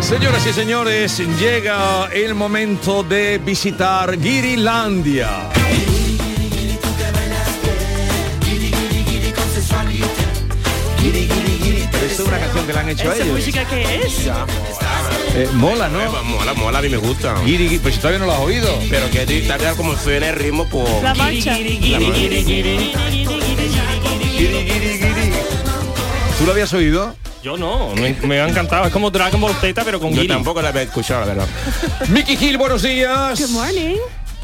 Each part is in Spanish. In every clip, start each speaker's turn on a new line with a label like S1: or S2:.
S1: Señoras y señores, llega el momento de visitar Girilandia. Es una canción que le han hecho a
S2: ¿Esa
S1: ellos.
S2: música qué es?
S1: Eh, mola, ¿no?
S3: Nueva, mola, mola, a mí me gusta.
S1: Giri, giri, pues si todavía no lo has oído.
S3: Pero que ti- tal como suena el ritmo, pues...
S2: La mancha.
S3: La mancha.
S1: ¿Tú lo habías oído?
S4: Yo no, me, me ha encantado. Es como Dragon Ball Z, pero con
S3: Yo
S4: guiri.
S3: tampoco la había escuchado, la verdad.
S1: Mickey Gil, buenos días.
S2: Good morning.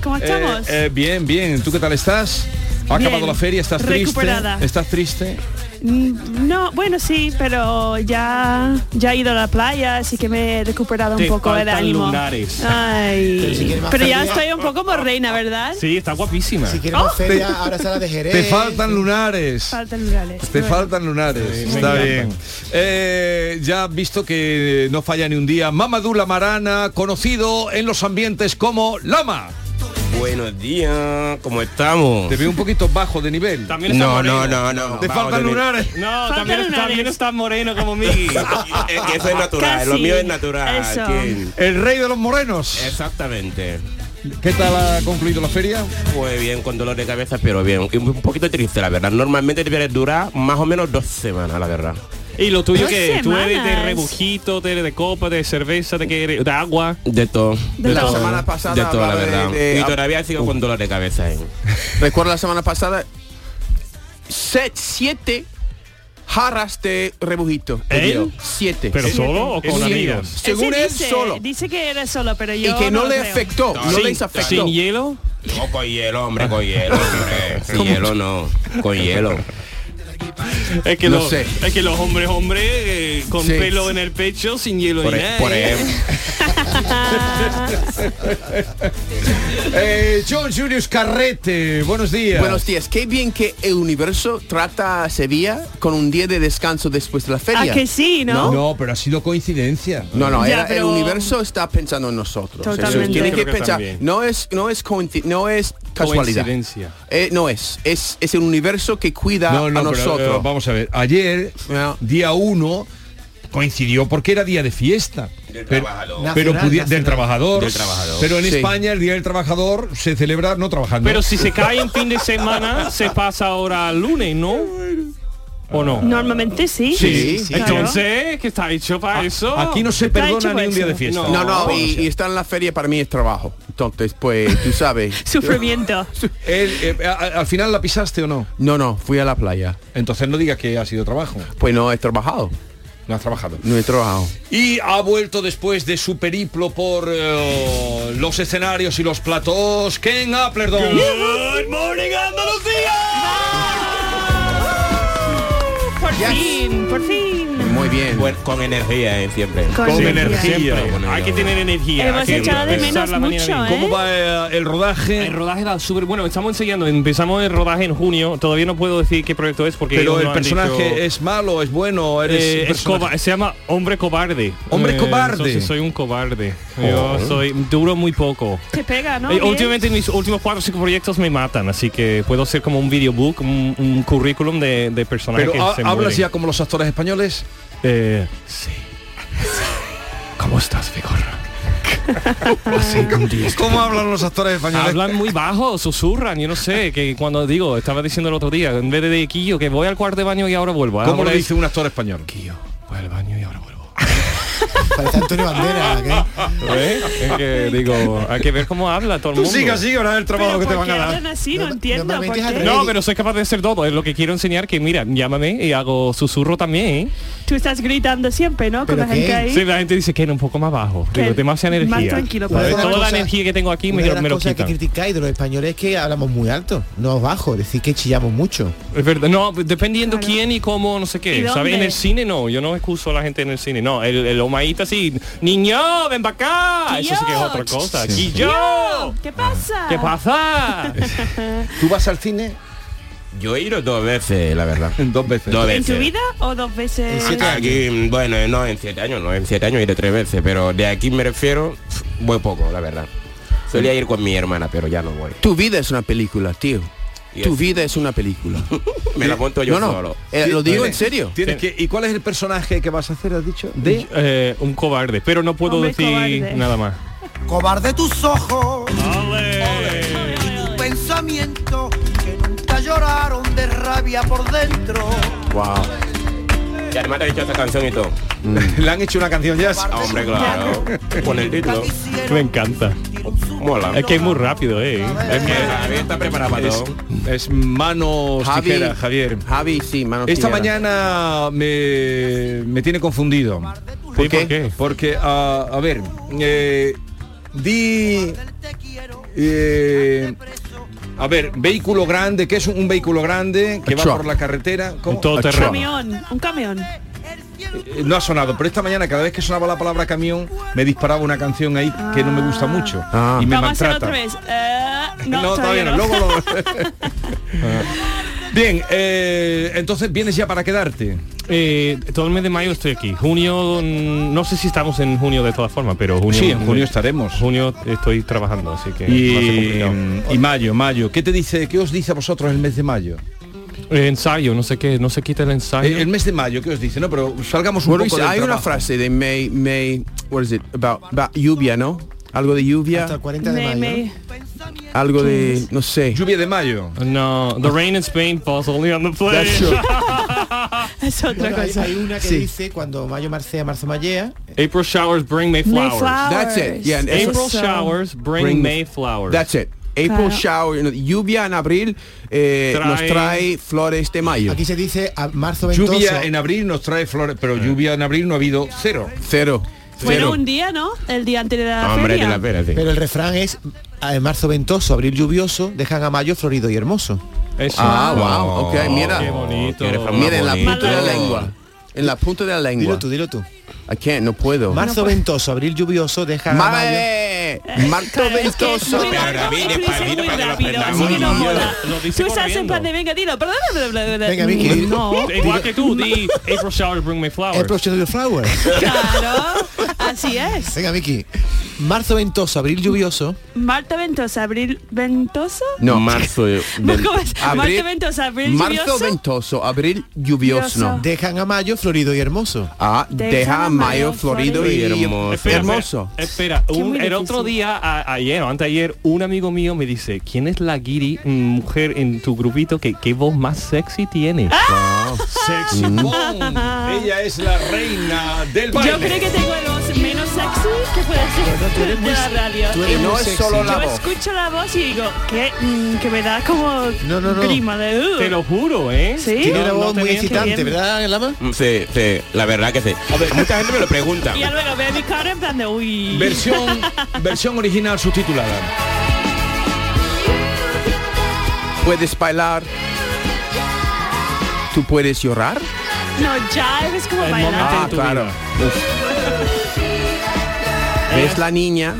S2: ¿Cómo
S1: Eh,
S2: estamos?
S1: eh, bien, bien. ¿Tú qué tal estás? Ha
S2: Bien.
S1: acabado la feria, estás
S2: Recuperada.
S1: triste. Estás triste.
S2: Mm, No, bueno sí, pero ya ya he ido a la playa, así que me he recuperado un
S4: Te
S2: poco el
S4: faltan
S2: ánimo.
S4: lunares.
S2: Ay,
S5: más
S2: pero ya
S5: feria.
S2: estoy un poco morreina, ¿verdad?
S4: Sí, está guapísima.
S5: Si quieres
S2: Oh.
S5: más feria, ahora se la de Jerez.
S1: Te faltan lunares.
S2: Faltan lunares.
S1: Te
S2: Bueno.
S1: faltan lunares, está bien. Eh, ya has visto que no falla ni un día. Mamadou La Marana, conocido en los ambientes como Lama.
S3: Buenos días, ¿cómo estamos?
S1: Te veo un poquito bajo de nivel.
S4: También está
S3: No,
S4: moreno.
S3: no, no, no.
S6: Ah,
S1: Te
S3: Vamos,
S1: faltan
S3: Daniel.
S1: lunares.
S4: No,
S2: Falta
S4: también,
S2: lunares.
S4: también está moreno como Miki.
S3: Es que eso es natural,
S2: Casi.
S3: lo mío es natural.
S2: Eso.
S3: ¿quién?
S1: El rey de los morenos.
S3: Exactamente.
S1: ¿Qué tal ha concluido la feria?
S3: Pues bien, con dolor de cabeza, pero bien. Y Un poquito triste, la verdad. Normalmente debe durar más o menos dos semanas, la verdad.
S4: Y lo tuyo
S2: Dos
S4: que tú eres de
S2: semanas.
S4: rebujito, de, de copa, de cerveza, de, que eres- de agua.
S3: De todo.
S2: De
S6: La
S2: todo.
S6: semana pasada
S3: De todo, la
S6: hablaba de-
S3: verdad.
S6: de-
S3: y todavía sigo con dolor de cabeza. ¿eh?
S6: Recuerdo la semana pasada set, siete jarras de rebujito.
S4: ¿Él?
S6: Yo, Siete.
S4: ¿Pero
S6: Sí.
S4: solo o con
S6: Sí.
S4: amigas?
S2: Ese
S6: Según él,
S2: dice,
S6: solo.
S2: Dice que era solo, pero yo
S6: Y que no,
S2: lo
S6: le
S2: creo.
S6: afectó. No,
S4: sin,
S6: les afectó.
S4: sin hielo.
S3: No, con hielo, hombre, con hielo. hombre. Sin hielo no, con hielo.
S4: Es que,
S6: No
S4: los,
S6: sé.
S4: es que los hombres, hombres, eh, con
S6: Sí.
S4: pelo en el pecho, sin hielo
S3: Por,
S4: ni
S3: e-
S4: nada.
S3: por
S4: ¿eh?
S3: ejemplo.
S2: Ah.
S1: Eh, John Julius Carrete, buenos días.
S6: Buenos días. Qué bien que el universo trata a Sevilla con un día de descanso después de la
S2: Ah,
S6: feria.
S2: que sí, ¿no?
S1: No, pero ha sido coincidencia.
S6: No, no,
S2: Ya,
S6: era-
S2: pero-
S6: el universo está pensando en nosotros.
S2: Totalmente.
S6: Eso Tiene
S4: Yo
S6: que
S4: creo que
S6: pensar.
S4: también.
S6: No es, no es coinci- no es casualidad.
S4: Coincidencia.
S6: Eh, no es. es. Es el universo que cuida
S1: No, no,
S6: a
S1: pero,
S6: nosotros.
S1: eh, vamos a ver. Ayer,
S6: No.
S1: día 1, coincidió porque era día de fiesta.
S3: Del
S1: pero,
S3: trabajador.
S1: pero
S5: Nacional,
S1: pudi- del
S5: nacional.
S1: trabajador.
S3: Del trabajador.
S1: Pero en
S6: Sí.
S1: España el Día del Trabajador se celebra no trabajando.
S4: Pero si se cae en fin de semana, se pasa ahora al lunes, ¿no? ¿O no?
S2: Normalmente sí.
S6: Sí, sí,
S2: claro.
S4: Entonces, que está hecho para eso.
S1: Ah, Aquí no se
S2: Oh, Está
S1: perdona
S2: hecho
S1: ni un
S2: eso.
S1: día de fiesta.
S6: No, no,
S4: No,
S6: y, y estar en la feria para mí es trabajo. Entonces, pues, tú sabes.
S2: Sufrimiento.
S1: El, eh, a- a- al final la pisaste o no.
S6: No, no, fui a la playa.
S1: Entonces no digas que ha sido trabajo.
S6: Pues no he trabajado.
S1: No has trabajado.
S6: No he trabajado.
S1: Y ha vuelto después de su periplo por eh, los escenarios y los platós. Ken Applerdon.
S4: Good morning Andalucía.
S2: Por
S6: Yes.
S2: fin, por fin.
S6: Muy bien.
S3: Pues con energía, ¿eh? siempre.
S2: Con
S1: Con
S2: energía.
S1: energía.
S3: Bueno,
S4: Hay que tener energía.
S2: Hemos
S4: hay que
S2: echado de
S4: empezar
S2: menos
S4: la mañana
S2: mucho,
S4: bien.
S2: ¿eh?
S1: ¿Cómo va eh, el rodaje?
S4: El rodaje da súper bueno, estamos enseñando, empezamos el rodaje en junio, todavía no puedo decir qué proyecto es porque
S1: Pero
S4: ellos
S1: el
S4: no han
S1: personaje
S4: dicho-
S1: es malo, es bueno, eres
S4: Eh,
S1: un
S4: es
S1: personaje-
S4: coba- se llama Hombre Cobarde. Eh,
S1: Hombre cobarde. Oh.
S4: entonces soy un cobarde. Yo soy duro muy poco.
S2: Te pega, ¿no?
S4: Eh,
S2: Bien.
S4: últimamente mis últimos cuatro o cinco proyectos me matan, así que puedo hacer como un videobook, un, un currículum de, de personajes
S1: Pero ah,
S4: que
S1: ha-
S4: se
S1: hablas
S4: mueren.
S1: ya como los actores españoles.
S4: Eh, sí. ¿Cómo estás, Vigorra?
S1: Ah. ¿Cómo hablan los actores españoles?
S4: Hablan muy bajo, susurran, yo no sé, que cuando digo, estaba diciendo el otro día, en vez de, de Quillo, que voy al cuarto de baño y ahora vuelvo.
S1: ¿Cómo
S4: Ahora
S1: lo
S4: es,
S1: dice un actor español?
S4: Quillo, voy al baño y ahora vuelvo.
S5: Parece Antonio Bandera.
S4: ¿Eh? Es que digo, hay que ver cómo habla todo el
S1: Tú
S4: mundo.
S1: siga así, ahora el trabajo
S2: Pero
S1: que te
S2: ¿por
S1: van
S2: qué
S1: a dar.
S2: hablan así? No,
S5: No,
S2: entiendo. ¿por
S5: normalmente es al
S2: qué?
S5: revés.
S4: No, pero soy capaz de hacer todo. Es lo que quiero enseñar que, mira, llámame y hago susurro también. ¿eh?
S2: Tú estás gritando siempre, ¿no? Con
S5: ¿Pero
S2: la gente
S5: qué?
S2: ahí.
S4: Sí, la gente dice que era un poco más bajo. Digo,
S2: Que
S4: demasiada
S2: más
S4: energía.
S2: tranquilo, pues.
S4: ¿Sabes?
S2: por
S4: Toda
S2: favor.
S4: la energía que tengo aquí
S5: Pues, una
S4: me,
S5: de las
S4: me lo
S5: cosas
S4: quitan.
S5: que criticáis de los españoles es que hablamos muy alto, no bajo, decir que chillamos mucho.
S4: Es verdad, no, dependiendo
S2: Claro.
S4: quién y cómo, no sé
S2: ¿Y
S4: qué.
S2: dónde?
S4: ¿Sabes? En el cine no, yo no excuso a la gente en el cine. No, el, el omaíta sí, niño, ven para acá. Ah, Eso sí que es otra cosa.
S5: Sí.
S4: ¡Quillo!
S2: ¿Qué pasa?
S4: ¿Qué pasa?
S1: ¿Tú vas al cine?
S3: Yo he ido dos veces, la verdad.
S1: Dos veces.
S3: Dos
S2: ¿En
S3: veces. Ah,
S2: tu vida o dos veces?
S3: Aquí, bueno, no, en siete años, no, en siete años iré tres veces, pero de aquí me refiero, voy poco, la verdad. Solía ir con mi hermana, pero ya no voy.
S6: Tu vida es una película, tío.
S3: Y
S6: Tu
S3: es-
S6: vida es una película.
S3: Me la monto yo
S6: no, no.
S3: solo.
S6: eh, lo digo en
S1: Tienes-
S6: serio.
S1: tienes que- ¿Y cuál es el personaje que vas a hacer, has dicho? De...
S4: Eh, un cobarde, pero no puedo
S2: Hombre
S4: decir
S2: cobarde.
S4: nada más.
S7: Cobarde tus ojos,
S2: Ole, ole.
S7: pensamiento que nunca lloraron de rabia por dentro.
S3: Wow. Y además te he dicho esta canción y todo.
S1: Le han hecho una canción ya.
S3: Ah, hombre, claro. Con el título.
S4: Me encanta.
S3: Mola.
S4: Es que es muy rápido, ¿eh?
S3: Es que Javier está preparado para
S1: Es,
S3: todo.
S1: es manos
S6: Javi,
S1: tijera, Javier.
S6: Javi, sí,
S4: Ah,
S6: mano.
S1: Esta
S6: tijera.
S1: mañana me, me tiene confundido.
S4: ¿Por
S6: qué?
S1: Porque, ah, a ver, eh, di... eh, a ver, vehículo grande, ¿qué es un vehículo grande que
S6: A
S1: va
S6: truck.
S1: por la carretera? ¿Cómo?
S4: Todo
S2: Un
S4: terreno.
S2: camión, un camión.
S1: Eh, No ha sonado, pero esta mañana cada vez que sonaba la palabra camión me disparaba una canción ahí que no me gusta mucho
S6: Ah.
S1: y me
S2: Vamos a hacerlo
S1: maltrata.
S2: otra vez. Eh, no,
S1: No, todavía no, luego lo- Bien, eh, entonces vienes ya para quedarte.
S4: Eh, todo el mes de mayo estoy aquí. Junio, mm, no sé si estamos en junio de todas formas, pero junio.
S1: Sí, en junio estaremos.
S4: Junio estoy trabajando, así que. va a ser
S1: Y,
S4: complicado.
S1: y mayo, mayo. ¿Qué te dice, qué os dice a vosotros el mes de mayo?
S4: Eh, ensayo, no sé qué, no se quita el ensayo.
S1: Eh, El, el mes de mayo, ¿qué os dice? No, pero salgamos un
S6: Bueno,
S1: poco
S6: dice,
S1: del
S6: hay una
S1: trabajo.
S6: frase de May, May, what is it, about, about lluvia, ¿no? Algo de lluvia,
S5: Hasta el 40 de
S2: Me,
S5: mayo.
S2: me-
S6: algo de, no sé.
S1: Lluvia de mayo.
S4: No, the rain in Spain falls only on the plane.
S2: es otra
S5: Bueno, hay,
S2: cosa.
S5: hay una que
S1: Sí.
S5: dice cuando mayo marcea, marzo mayea.
S4: April showers bring May flowers.
S2: Mayflowers.
S6: That's it, yeah, and
S4: April
S2: Eso.
S4: showers bring,
S6: Bring-
S4: May flowers.
S6: That's it. April
S2: Claro.
S6: shower, no, lluvia en abril eh,
S4: Trae-
S6: nos trae flores de mayo.
S5: Aquí se dice a marzo ventoso.
S1: Lluvia en abril nos trae flores, pero lluvia en abril no ha habido cero.
S6: Eh. Cero.
S2: Bueno,
S6: Cero.
S2: un día, ¿no? El día anterior de la
S3: Hombre, de
S2: feria.
S3: la pena, sí.
S5: Pero el refrán es a marzo ventoso, abril lluvioso, dejan a mayo florido y hermoso.
S4: Eso.
S6: Ah, wow. Ok,
S4: Qué
S6: mira.
S4: bonito.
S3: Quieres fama
S6: Mira, en la punta de la
S3: bonito.
S6: lengua. En la punta de la lengua.
S5: Dilo tú, dilo tú.
S6: I can't, no puedo.
S5: Marzo ventoso, abril lluvioso, dejan a mayo.
S6: Madre. Eh, Marzo
S2: Claro, es que es
S6: ventoso.
S2: muy largo
S3: Pero
S2: y
S3: dile,
S2: tú dices
S3: dile
S2: muy
S3: para que lo
S2: rápido,
S3: aprendamos.
S2: así que no
S3: Lo
S2: mola.
S4: dice
S2: Tú estás en
S4: corriendo.
S2: plan de venga, dilo, perdón, bla, bla, bla, bla.
S5: Venga, Vicky.
S2: No,
S4: Igual que tú, di April showers bring May flowers.
S5: April showers flower.
S2: claro, así es.
S5: Venga, Vicky. Marzo ventoso, abril lluvioso.
S2: Marta Ventosa, Abril Ventoso.
S6: No,
S3: Marzo. de- del-
S2: ¿Cómo es? Marta Ventosa, Abril
S6: Marzo
S2: Lluvioso.
S6: ventoso, abril lluvioso.
S2: Lluvioso.
S5: Dejan a mayo florido y hermoso.
S6: Ah,
S2: Deja
S6: deja a mayo
S2: mayo
S6: florido y
S2: florido.
S6: hermoso.
S4: Espera,
S6: hermoso.
S4: Espera, espera.
S2: Qué
S4: Un-
S2: muy
S4: el
S2: difícil.
S4: otro día, a- ayer o anteayer, un amigo mío me dice, ¿quién es la guiri mm, mujer en tu grupito que qué voz más sexy tiene?
S1: Sexy Bomb.
S6: Mm.
S1: Ella es la reina del baile.
S2: Yo creo que tengo el voz menos sexy que puede
S5: tú
S2: ser
S5: eres muy-
S2: de la radio.
S5: tú
S6: Y
S5: eres
S6: no
S5: muy
S6: es
S5: sexy.
S6: solo la
S2: Yo
S6: voz.
S2: escucho la voz y digo, que, mm, que me da como
S5: No, no, no.
S2: grima de... uh.
S4: Te lo juro, ¿eh?
S2: Sí.
S5: Tiene
S2: No,
S5: una
S4: no
S5: voz
S4: te
S5: muy
S4: miento.
S5: excitante,
S2: bien.
S5: ¿verdad, Lama?
S3: Mm, Sí, sí, la verdad que sí. mucha gente me lo pregunta.
S2: Y luego veo mi cara en plan de, uy...
S1: Versión, versión original subtitulada.
S6: Puedes bailar. ¿Tú puedes llorar?
S2: No, jive es como
S4: El
S2: bailar.
S4: momento
S6: Ah,
S4: en tu
S6: claro.
S4: vida.
S6: Uf. Ves la niña.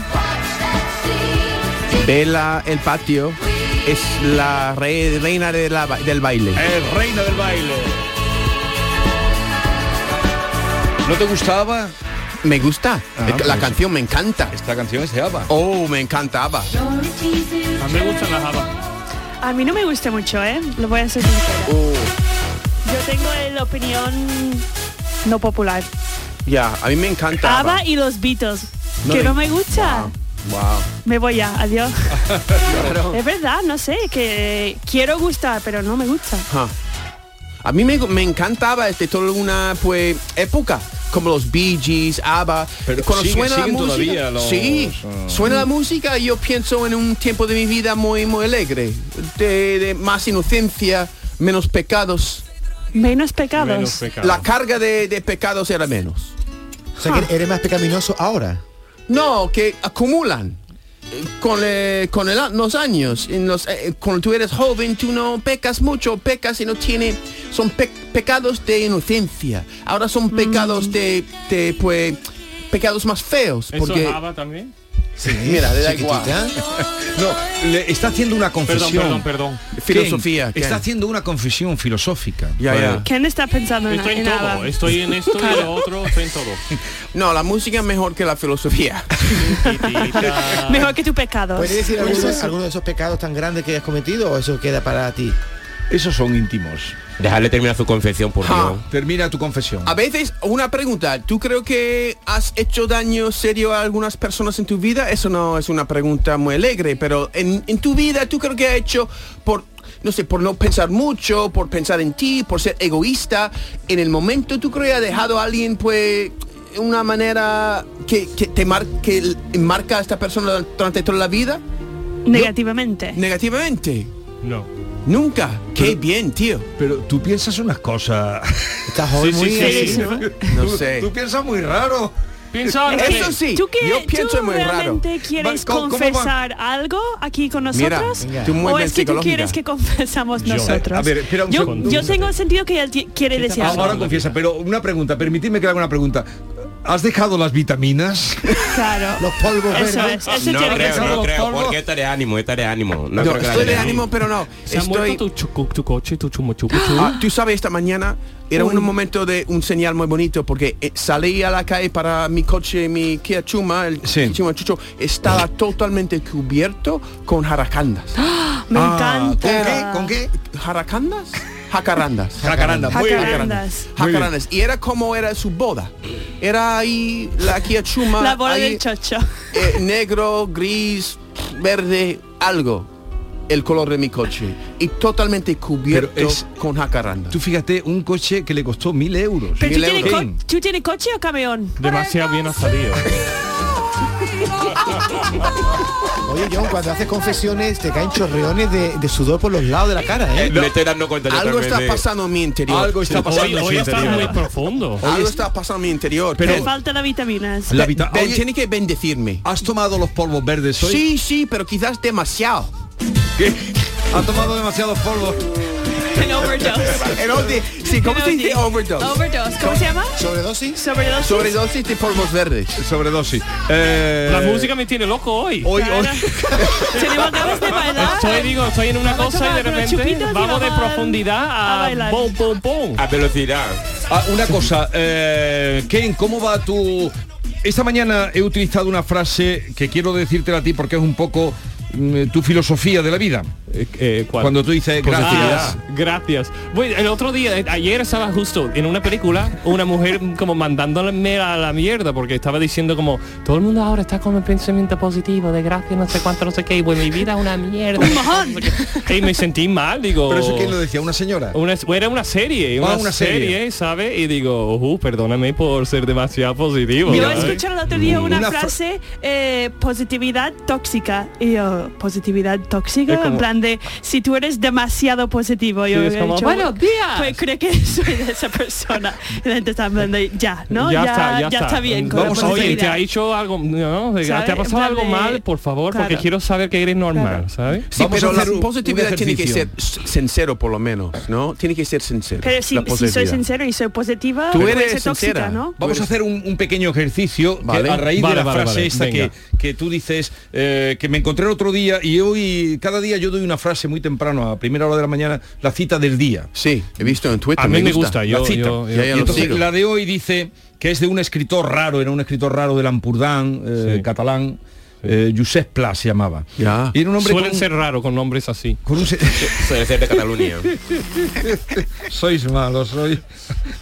S6: Ve la- el patio. Es la re- reina de la ba- del baile.
S1: El reina del baile. ¿No te gustaba?
S6: Me gusta.
S1: Ah,
S6: la
S1: pues-
S6: canción me encanta.
S1: Esta canción es de ABBA.
S6: Oh, me encantaba.
S4: A mí me gustan las habas.
S2: A mí no me gusta mucho, ¿eh? Lo voy a ser sincera.
S6: Oh,
S2: Yo tengo la opinión no popular.
S6: Ya, a mí me encanta.
S2: Ava y los Beatles.
S6: No
S2: que
S6: le-
S2: no me gusta.
S6: Wow.
S2: Me voy ya, adiós.
S6: Claro.
S2: es verdad, no sé, que quiero gustar, pero no me gusta.
S6: Ajá. A mí me, me encantaba este toda una pues época como los Bee Gees, ABBA.
S1: Pero
S6: Cuando
S1: siguen-
S6: suena
S1: siguen
S6: la música,
S1: todavía los-
S6: sí,
S1: ah.
S6: suena la música y yo pienso en un tiempo de mi vida muy muy alegre, de, de más inocencia, menos pecados.
S2: Menos pecados.
S4: Menos pecado.
S6: La carga de, de pecados era menos.
S5: O
S2: Ah.
S5: sea, que eres más pecaminoso ahora.
S6: No, que acumulan. eh, Con, eh, con el a- los años, en los, eh, cuando tú eres joven, tú no pecas mucho, pecas y no tiene, son pe- pecados de inocencia. Ahora son pecados de, de, pues, pecados más feos.
S4: ¿Eso
S6: Porque,
S4: es ABBA también?
S5: Sí,
S6: mira, le da igual.
S1: No, le está haciendo una
S4: Perdón,
S1: confesión.
S4: perdón, perdón.
S6: Filosofía,
S1: Ken,
S6: Ken.
S1: Está haciendo una confesión filosófica.
S6: Ya, ya.
S2: ¿Quién está pensando en,
S4: Estoy en
S2: en
S4: todo.
S2: ABBA?
S4: Estoy en esto y lo
S2: Claro.
S4: otro. Estoy en todo.
S6: No, la música es mejor que la filosofía.
S4: Titita.
S2: Mejor que tu pecado.
S5: ¿Puedes decir alguno,
S2: Eso
S5: de-
S2: sí.
S5: alguno de esos pecados tan grandes que hayas cometido o eso queda para ti?
S1: Esos son íntimos.
S3: Dejarle terminar su confesión, por
S6: Ja.
S3: Dios.
S1: Termina tu confesión.
S6: A veces, una pregunta, ¿tú creo que has hecho daño serio a algunas personas en tu vida? Eso no es una pregunta muy alegre, pero en, en tu vida, ¿tú creo que has hecho por, no sé, por no pensar mucho, por pensar en ti, por ser egoísta? En el momento, ¿tú creo que has dejado a alguien, pues, una manera que, que te mar- que l- marca a esta persona durante toda la vida?
S2: Negativamente.
S6: Negativamente.
S4: No.
S6: Nunca. Qué bien, tío.
S1: Pero tú piensas unas cosas.
S5: Estás hoy
S4: Sí, sí,
S5: muy...
S4: sí,
S5: así,
S2: Eres-
S5: ¿no?
S6: No
S1: Tú-
S6: sé.
S1: Tú piensas muy raro.
S4: Piensa
S2: Es que
S6: Eso sí,
S2: ¿Tú que-
S6: yo pienso
S2: tú
S6: muy raro.
S2: realmente quieres
S1: Va, ¿cómo- cómo va?
S2: confesar algo aquí con nosotros?
S6: Mira, tú muy
S2: ¿O
S6: bien
S2: es que tú
S6: psicológica.
S2: quieres que confesamos nosotros?
S1: A ver, espera un
S2: yo,
S1: segundo.
S2: yo tengo el sentido que él ti- quiere decir algo.
S1: Ahora confiesa, pero una pregunta, permitidme que le haga una pregunta. ¿Has dejado las vitaminas?
S2: Claro.
S5: Los polvos
S2: Eso
S5: verdes.
S2: es, eso
S3: no
S2: tiene que
S3: creo,
S2: ser.
S3: no
S1: los
S3: creo,
S1: polvos.
S3: porque esta de ánimo, esta de ánimo. No,
S6: No,
S3: creo que la
S6: estoy de
S3: hayan.
S6: ánimo, pero no.
S4: Se ha
S6: Estoy-
S4: muerto tu, chucu- tu coche, tu chumo chucu chu.
S6: Ah, tú sabes, esta mañana era un momento de un señal muy bonito porque eh, salí a la calle para mi coche, mi Kia Chuma, el
S1: Sí.
S6: Kia Chuma Chucho, estaba totalmente cubierto con jaracandas.
S2: Me
S1: Ah,
S2: encanta.
S1: ¿Con qué? ¿Con
S6: ¿Jaracandas? Jacarandas.
S1: qué? Jacaranda. Muy bien.
S2: Jacarandas.
S1: Muy bien.
S6: Jacarandas. Y era como era su boda. Era ahí la Kia Chuma.
S2: La bola
S6: ahí,
S2: del chocho.
S6: eh, negro, gris, verde, algo. El color de mi coche. Y totalmente cubierto
S1: es-
S6: con jacarandas.
S1: Tú fíjate, un coche que le costó mil euros.
S2: ¿Pero tú
S6: Mil
S2: tienes,
S1: euros.
S2: co- tú tienes coche o camión?
S4: Demasiado bien ha salido.
S5: Oye, John, cuando haces confesiones te caen chorreones de, de sudor por los lados de la cara,
S3: Eh,
S5: ¿eh?
S3: Me estoy dando cuenta. yo
S6: Algo está
S3: también de-
S6: pasando en mi interior.
S1: Algo está
S4: Hoy,
S1: pasando en su
S4: hoy estás
S1: interior.
S4: muy profundo.
S6: Algo está pasando en mi interior.
S1: Pero-
S2: Te faltan las vitaminas.
S1: La
S6: Ve-
S1: vita-
S6: ve-
S1: Oye,
S6: tiene que bendecirme.
S1: ¿Has tomado los polvos verdes hoy?
S6: Sí, sí, pero quizás demasiado.
S1: ¿Has tomado demasiados polvos?
S2: An overdose.
S6: El ode- sí, ¿cómo se dice
S2: Overdose.
S6: overdose?
S2: Overdose. ¿Cómo se llama?
S5: ¿Sobredosis?
S2: Sobredosis.
S6: Sobredosis de polvos verdes.
S1: Sobredosis. Eh,
S4: La música me tiene loco hoy.
S1: Hoy, hoy.
S2: Claro. Tenemos ganas de bailar.
S4: Estoy, digo, estoy en una
S2: Vamos a
S4: cosa y de
S2: tomar unos
S4: repente
S2: chupitos y
S4: vamos de
S2: vamos a-
S4: profundidad
S2: a
S4: a,
S2: bailar.
S4: bom, bom, bom.
S3: A velocidad.
S1: Ah, una cosa, eh, Ken, ¿cómo va tu...? Esta mañana he utilizado una frase que quiero decírtela a ti porque es un poco mm, tu filosofía de la vida.
S4: Eh, eh, ¿cuál?
S1: Cuando tú dices
S4: Gracias,
S1: gracias.
S4: gracias. Bueno, el otro día, eh, ayer estaba justo en una película, una mujer como mandándome a la mierda porque estaba diciendo como todo el mundo ahora está con el pensamiento positivo de gracias, no sé cuánto, no sé qué, y bueno, mi vida es una mierda.
S2: Un mojón.
S4: y me sentí mal, digo.
S1: Pero eso quién lo decía, una señora.
S4: Una- era una serie,
S1: Ah,
S4: una,
S1: una serie.
S4: serie, ¿sabes? Y digo, "Ujú, perdóname por ser demasiado positivo.
S2: Yo
S4: ¿sabes?
S2: escuché el otro día una,
S1: Una fra-
S2: frase, eh, positividad tóxica. Y yo, positividad tóxica,
S4: Es como-
S2: en plan de, si tú eres demasiado positivo, yo
S4: Sí, es
S2: he
S4: como,
S2: dicho,
S4: "Buenos días".
S2: Pues creo que soy de esa persona. Y la gente está en plan de, ya, ¿no?
S4: Ya, está, ya,
S2: ya está bien con la
S4: Vamos, oye, te
S2: positividad".
S4: ha hecho algo, ¿no? ¿Te
S2: ¿Sabes?
S4: ha
S2: En
S4: pasado
S2: plan
S4: algo
S2: de-
S4: mal? Por favor, porque
S2: Claro.
S4: quiero saber que eres normal, ¿sabes?
S6: Sí,
S1: ¿Eh? Vamos a
S6: pero la
S1: hacer un-
S6: positividad
S1: un
S6: tiene que ser
S1: ejercicio.
S6: s- sincero por lo menos, ¿no? Tiene que ser sincero.
S2: Pero si,
S6: la
S2: si soy
S6: positividad.
S2: sincero y soy positiva,
S6: Tú
S2: puede
S6: eres
S2: ser
S6: sincera.
S2: tóxica, ¿no?
S1: Vamos a hacer un, un pequeño ejercicio que
S6: Vale.
S1: a raíz
S4: Vale,
S1: de la
S4: vale,
S1: frase
S4: vale.
S1: esta que,
S4: Venga.
S1: que tú dices, eh, que me encontré el otro día y hoy, cada día yo doy una frase muy temprano, a primera hora de la mañana, la cita del día.
S6: Sí, he visto en Twitter.
S4: A mí me gusta, yo,
S1: la cita.
S4: yo- yo-
S6: Ya, ya
S1: Y
S6: lo
S1: entonces
S6: sigo.
S1: la de hoy dice que es de un escritor raro, era un escritor raro del Ampurdán, eh,
S4: Sí.
S1: catalán, eh, Josep Pla se llamaba.
S6: Ya.
S1: Y era un hombre
S4: Suelen
S1: con,
S4: ser raro con nombres así.
S1: con un se-
S3: Suele ser de Cataluña.
S1: sois malos, sois.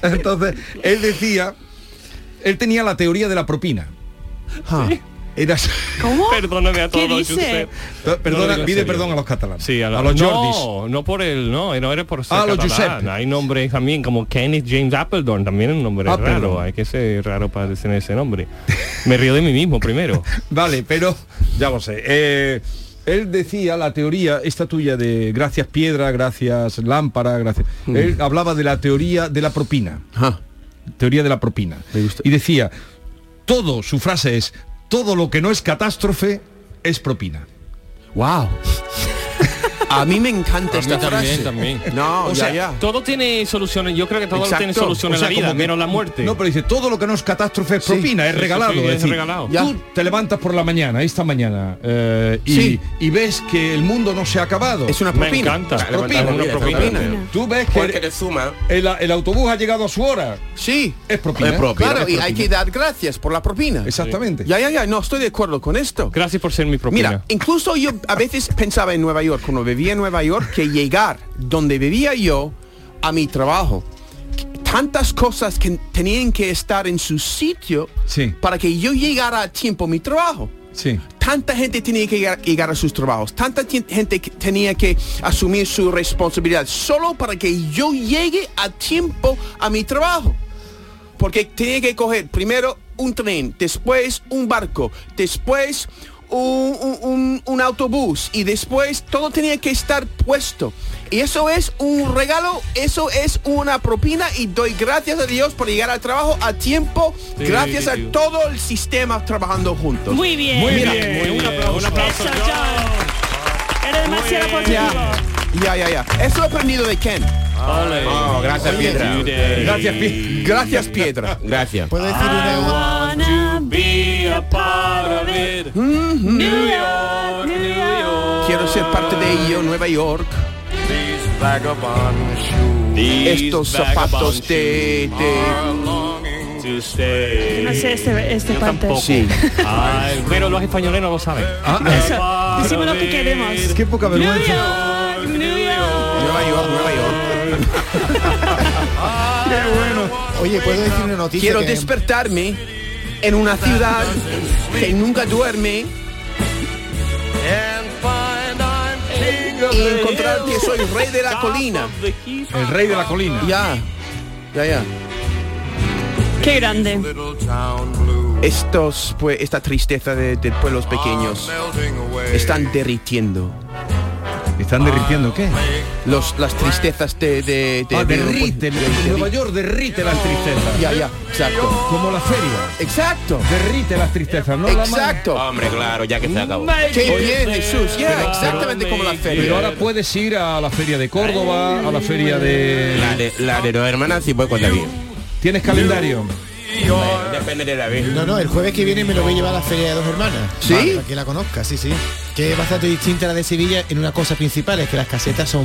S1: Entonces, él decía, él tenía la teoría de la propina.
S6: Ah.
S1: eras-
S2: ¿Cómo?
S4: Perdóname a
S2: ¿Qué
S4: todos.
S2: dice?
S4: Josep.
S1: Pe-
S4: No lo
S1: Perdona,
S4: digo en
S1: pide
S4: serio.
S1: perdón a los catalanes.
S4: Sí, a, la-
S1: los Jordis.
S4: No, no por él, no, no era por ser
S1: A los
S4: catalán.
S1: Giuseppe.
S4: Hay nombres también como Kenneth James Appledorn, también es un nombre
S1: Appledorn.
S4: raro, hay que ser raro para decir ese nombre. Me río de mí mismo primero.
S1: Vale, pero ya lo sé. Eh, él decía la teoría, esta tuya de gracias piedra, gracias lámpara, gracias. Él hablaba de la teoría de la propina.
S6: Mm. Ajá.
S1: Teoría de la propina.
S6: Me gusta.
S1: Y decía, todo, su frase es, todo lo que no es catástrofe es propina.
S6: Wow. A mí me encanta
S4: A mí
S6: esta
S4: también,
S6: frase.
S4: también.
S6: No,
S1: O
S6: ya,
S1: sea,
S6: ya.
S4: Todo tiene soluciones, yo creo que todo
S6: Exacto.
S4: tiene soluciones
S1: O sea,
S4: en la vida,
S1: como que-
S4: menos la muerte.
S1: No, pero dice, todo lo que no es catástrofe es propina, es
S4: sí,
S1: regalado.
S4: sí,
S1: es
S4: es
S1: decir,
S4: regalado.
S1: Tú te levantas por la mañana, esta mañana, eh, y,
S6: Sí.
S1: y ves que el mundo no se ha acabado.
S6: Es una
S4: me
S6: propina.
S4: encanta.
S3: Vale,
S1: propina,
S3: levantamos
S4: una
S3: una
S4: propina.
S3: propina.
S1: Tú ves que
S3: Porque
S1: el,
S3: te suma.
S1: el autobús ha llegado a su hora.
S6: Sí.
S1: Es propina.
S6: Es propina. Claro,
S1: Es
S6: y hay que dar gracias por la propina.
S1: Exactamente.
S6: Ya, ya, ya. No, estoy de acuerdo con esto.
S4: Gracias por ser mi propina.
S6: Mira, incluso yo a veces pensaba en Nueva York, cuando vivía en Nueva York, que llegar donde vivía yo a mi trabajo, que tantas cosas que tenían que estar en su sitio
S1: Sí.
S6: para que yo llegara a tiempo a mi trabajo.
S1: Sí.
S6: Tanta gente tenía que llegar, llegar a sus trabajos, tanta ti- gente que tenía que asumir su responsabilidad, solo para que yo llegue a tiempo a mi trabajo. Porque tenía que coger primero un tren, después un barco, después un, un- un- un autobús y después todo tenía que estar puesto. Y eso es un regalo, eso es una propina y doy gracias a Dios por llegar al trabajo a tiempo,
S4: Sí,
S6: gracias
S4: sí.
S6: a todo el sistema trabajando juntos.
S2: Muy bien.
S4: muy
S6: mira,
S4: bien,
S6: muy
S4: un
S6: bien.
S4: aplauso. Un aplauso,
S2: Eso,
S4: John.
S2: John. Eres demasiado
S4: bien.
S2: positivo.
S6: Ya, ya, ya. Eso lo he aprendido de Ken.
S4: Ole.
S3: Oh, gracias,
S4: Oye,
S3: Piedra.
S4: Jude.
S1: Gracias, Pi-
S6: Gracias, Piedra. Ah.
S3: Gracias.
S5: ¿Puedo decir una,
S2: Wanna be a part of it. New York, New York.
S6: Quiero ser parte de ello, Nueva York. Estos zapatos de... de-
S2: No sé este, este
S4: Yo
S2: parte.
S4: tampoco.
S6: Sí.
S4: Ay, pero los españoles no lo saben.
S2: Ah. Eso, decimos lo que queremos.
S1: Qué poca
S2: New
S1: vergüenza.
S2: York, New York.
S6: Nueva York, Nueva York.
S5: oye, ¿puedo decir una noticia?
S6: Quiero
S5: que-
S6: despertarme en una ciudad que nunca duerme y encontrar que soy rey de la colina.
S1: El rey de la colina.
S6: Ya, ya, ya.
S2: Qué grande.
S6: Estos, pues, esta tristeza de, de pueblos pequeños están derritiendo.
S1: ¿Están derritiendo qué?
S6: Los, las tristezas de... de, de-
S1: Ah,
S6: de-
S1: derrite.
S6: de- de-
S1: Nueva York derrite las tristezas.
S6: Ya, ya, exacto.
S1: Como la feria.
S6: Exacto.
S1: Derrite las tristezas, ¿no? la man-
S6: Exacto.
S3: Hombre, claro, ya que se acabó.
S6: Qué bien, Jesús. Ya, exactamente como la
S1: Pero
S6: feria.
S1: ahora puedes ir a la feria de Córdoba, a la feria de...
S3: La de, la de los hermanas sí puede contar bien.
S1: ¿Tienes calendario?
S3: Bueno, Depende de la vez.
S5: No, no, el jueves que viene me lo voy a llevar a la Feria de Dos Hermanas.
S6: ¿Sí?
S5: Vale, para que la conozca, sí, sí. Que es bastante distinta a la de Sevilla en una cosa principal, es que las casetas son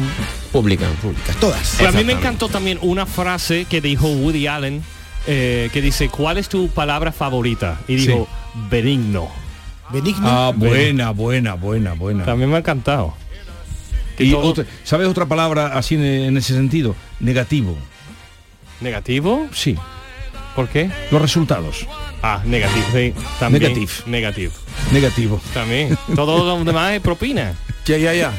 S3: Pública.
S5: públicas, todas.
S4: Pues a mí me
S3: Exactamente.
S4: encantó también una frase que dijo Woody Allen, eh, que dice, ¿cuál es tu palabra favorita? Y dijo, benigno.
S5: Benigno.
S1: Ah, buena, buena, buena, buena.
S4: También me ha encantado. Que
S1: Y
S4: todo-
S1: otra- ¿Sabes otra palabra así en, en ese sentido? Negativo.
S4: ¿Negativo?
S1: Sí.
S4: Oh, ¿Por qué?
S1: Los resultados.
S4: Ah, negativo, sí. También.
S1: Negative.
S4: Negativo.
S1: Negativo.
S4: También. Todo lo demás es propina.
S6: Ya, ya, ya.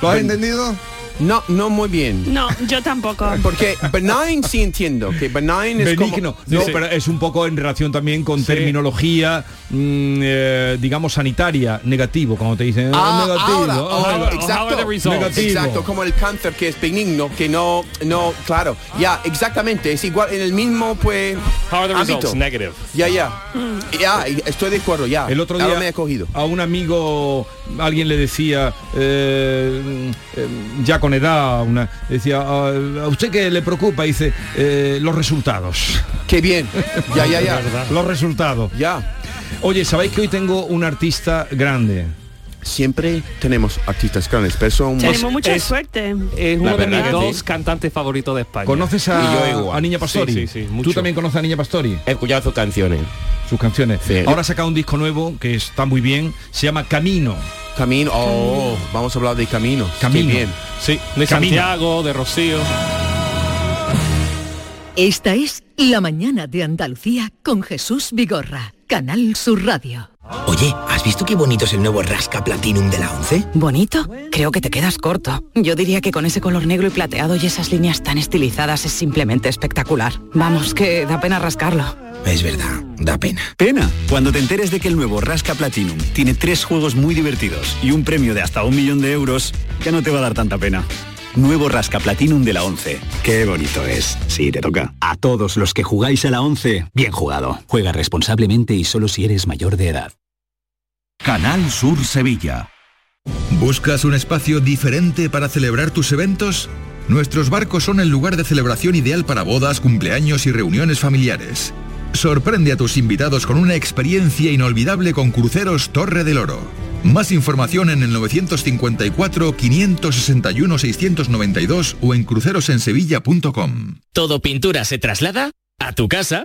S1: ¿Lo has entendido?
S6: No, no muy bien.
S2: No, yo tampoco.
S6: Porque benign sí entiendo, que benign es como-
S1: Benigno. No,
S4: Sí, sí.
S1: pero es un poco en relación también con terminología, mm, eh, digamos, sanitaria. Negativo, cuando te dicen...
S6: Ah,
S1: "Ah, negativo.
S6: ahora,
S1: ah,
S6: ahora,
S4: How are- how are the
S6: exacto,
S4: results?
S1: Negativo.
S6: exacto, como el cáncer que es benigno, que no, no, claro, ya, exactamente, es igual en el mismo pues
S4: How are the results?
S6: ámbito,
S4: Negative.
S6: ya, ya,
S2: Mm.
S6: ya, estoy de acuerdo, ya,
S1: El otro
S6: Ah, ahora
S1: día
S6: me he cogido,
S1: a un amigo, alguien le decía, eh, eh, ya con edad, una, decía, "Ah, ¿a usted qué le preocupa? Y dice, "Eh, los resultados.
S6: qué bien, ya, ya, ya,
S1: Los resultados.
S6: ya,
S1: Oye, ¿sabéis que hoy tengo un artista grande?
S6: siempre tenemos artistas grandes, pero son más-
S2: Tenemos mucha
S4: Pues es-
S2: suerte.
S4: Es uno de
S3: verdad
S4: mis
S3: que
S4: dos
S3: sí.
S4: cantantes favoritos de España.
S1: ¿Conoces
S3: Y yo
S1: a,
S3: igual.
S1: a Niña Pastori?
S4: Sí, sí, sí, mucho.
S1: ¿Tú también conoces a Niña Pastori?
S3: He escuchado sus canciones.
S1: Sus canciones.
S6: Eh,
S3: Sí.
S1: Ahora saca un disco nuevo que está muy bien, se llama Camino.
S6: camino, oh, vamos a hablar de caminos,
S1: Camino.
S6: qué bien,
S4: Sí, de
S1: Camino.
S4: Santiago, de Rocío.
S8: Esta es La mañana de Andalucía con Jesús Vigorra, Canal Sur Radio.
S9: Oye, ¿has visto qué bonito es el nuevo Rasca Platinum de la 11?
S10: ¿Bonito? Creo que te quedas corto. Yo diría que con ese color negro y plateado y esas líneas tan estilizadas es simplemente espectacular. Vamos, que da pena rascarlo.
S9: Es verdad, da pena.
S11: ¿Pena? Cuando te enteres de que el nuevo Rasca Platinum tiene tres juegos muy divertidos y un premio de hasta un millón de euros, ya no te va a dar tanta pena. Nuevo Rasca Platinum de la 11. Qué bonito es. Sí, te toca. A todos los que jugáis a la 11, bien jugado. Juega responsablemente y solo si eres mayor de edad.
S12: Canal Sur Sevilla. ¿Buscas un espacio diferente para celebrar tus eventos? Nuestros barcos son el lugar de celebración ideal para bodas, cumpleaños y reuniones familiares. Sorprende a tus invitados con una experiencia inolvidable con Cruceros Torre del Oro. Más información en el 954-561-692 o en crucerosensevilla.com.
S13: Todo pintura se traslada a tu casa.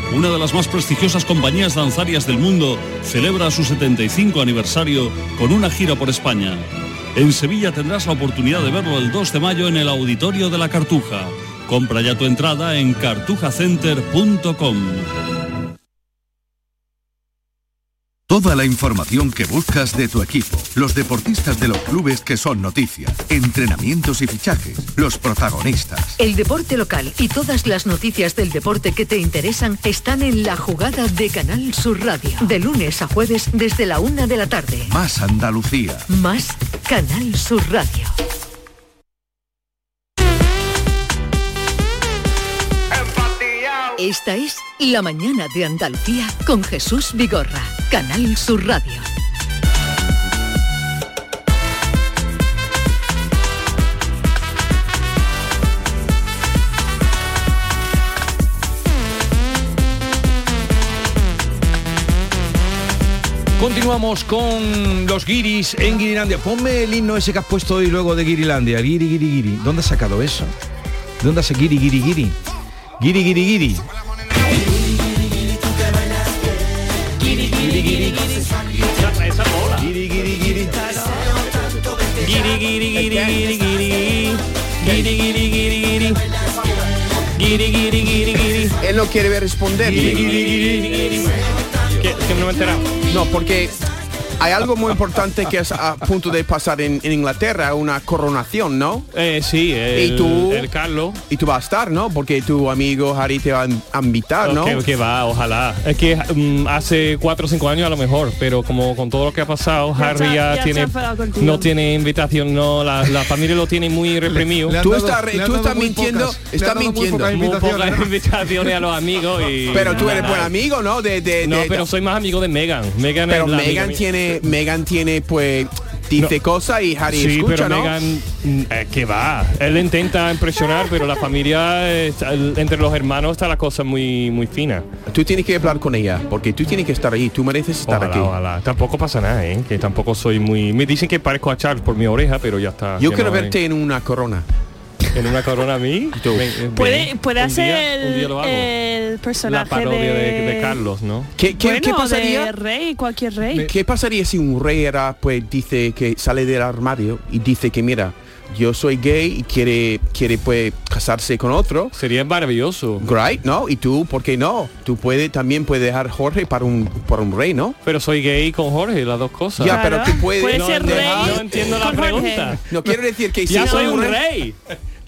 S14: una de las más prestigiosas compañías danzarias del mundo, celebra su 75 aniversario con una gira por España. En Sevilla tendrás la oportunidad de verlo el 2 de mayo en el Auditorio de la Cartuja. Compra ya tu entrada en cartujacenter.com.
S12: Toda la información que buscas de tu equipo, los deportistas de los clubes que son noticias, entrenamientos y fichajes, los protagonistas.
S8: El deporte local y todas las noticias del deporte que te interesan están en la jugada de Canal Sur Radio. De lunes a jueves desde la una de la tarde.
S12: Más Andalucía.
S8: Más Canal Sur Radio. Esta es La Mañana de Andalucía con Jesús Vigorra. Canal Sur Radio.
S1: Continuamos con los guiris en Guirilandia. Ponme el himno ese que has puesto hoy luego de Guirilandia. Guiri, guiri, guiri. ¿Dónde has sacado eso? ¿De dónde hace guiri, guiri, guiri? Guiri, guiri, guiri.
S4: Guiri, guiri, guiri, guiri, guiri. Guiri, guiri, guiri, guiri. Guiri, guiri, guiri, guiri.
S6: Él no quiere responder.
S4: Que, que no me he enterado.
S6: No, porque hay algo muy importante que es a punto de pasar en, en Inglaterra, una coronación, ¿no?
S4: Eh, sí, el,
S6: y tú,
S4: el Carlos.
S6: Y tú vas a estar, ¿no? Porque tu amigo Harry te va a invitar, Ah, ¿no?
S4: Que, que va, ojalá. Es que mm, hace cuatro o cinco años a lo mejor, pero como con todo lo que ha pasado,
S2: Ya
S4: Harry
S2: se-
S4: ya,
S2: ya se
S4: tiene
S2: ha enfadado contigo.
S4: no tiene invitación, no, la, la familia lo tiene muy reprimido.
S6: le han Tú dado- estás re- le han tú dado estás muy mintiendo, pocas- le estás han dado muy mintiendo. pocas
S4: Muy
S6: invitaciones.
S4: pocas invitaciones a los amigos y.
S6: Pero tú eres
S4: nada.
S6: buen amigo, ¿no? De, de-
S4: No,
S6: de-
S4: pero soy más amigo de Megan. Megan
S6: pero
S4: es la amiga
S6: Megan
S4: mía.
S6: tiene, Megan tiene, pues, dice cosas y Harry
S4: sí,
S6: escucha,
S4: pero
S6: ¿no?
S4: Megan, mm, eh, que va. Él intenta impresionar, pero la familia, eh, está- el- entre los hermanos está la cosa muy, muy fina.
S6: Tú tienes que hablar con ella, porque tú tienes que estar ahí, tú mereces estar
S4: Ojalá,
S6: aquí.
S4: ojalá. Tampoco pasa nada, ¿eh? Que tampoco soy muy... Me dicen que parezco a Charles por mi oreja, pero ya está.
S6: Yo
S4: que
S6: quiero
S4: no hay-
S6: verte en una corona.
S4: en una corona a mí. Ven, ven.
S2: Puede, puede
S4: Un
S2: hacer
S4: día- un
S2: el,
S4: día lo hago.
S2: el
S4: La
S2: personaje
S4: parodia de...
S2: de,
S4: de Carlos, ¿no?
S6: ¿Qué, qué-
S2: Bueno,
S6: qué pasaría?
S2: de rey, cualquier rey.
S6: ¿Qué pasaría si un rey era, pues dice que sale del armario y dice que mira, yo soy gay y quiere, quiere pues casarse con otro?
S4: Sería maravilloso.
S6: Right, ¿no? Y tú, ¿por qué no? Tú puede, también puedes dejar Jorge para un, para un rey, ¿no?
S4: Pero soy gay con Jorge, las dos cosas.
S6: Ya, pero tú puedes...
S4: Puede ser
S6: dejar-
S4: rey No entiendo la con Jorge. pregunta.
S6: No quiero decir que...
S4: Ya
S6: si
S4: soy un
S6: re-
S4: rey.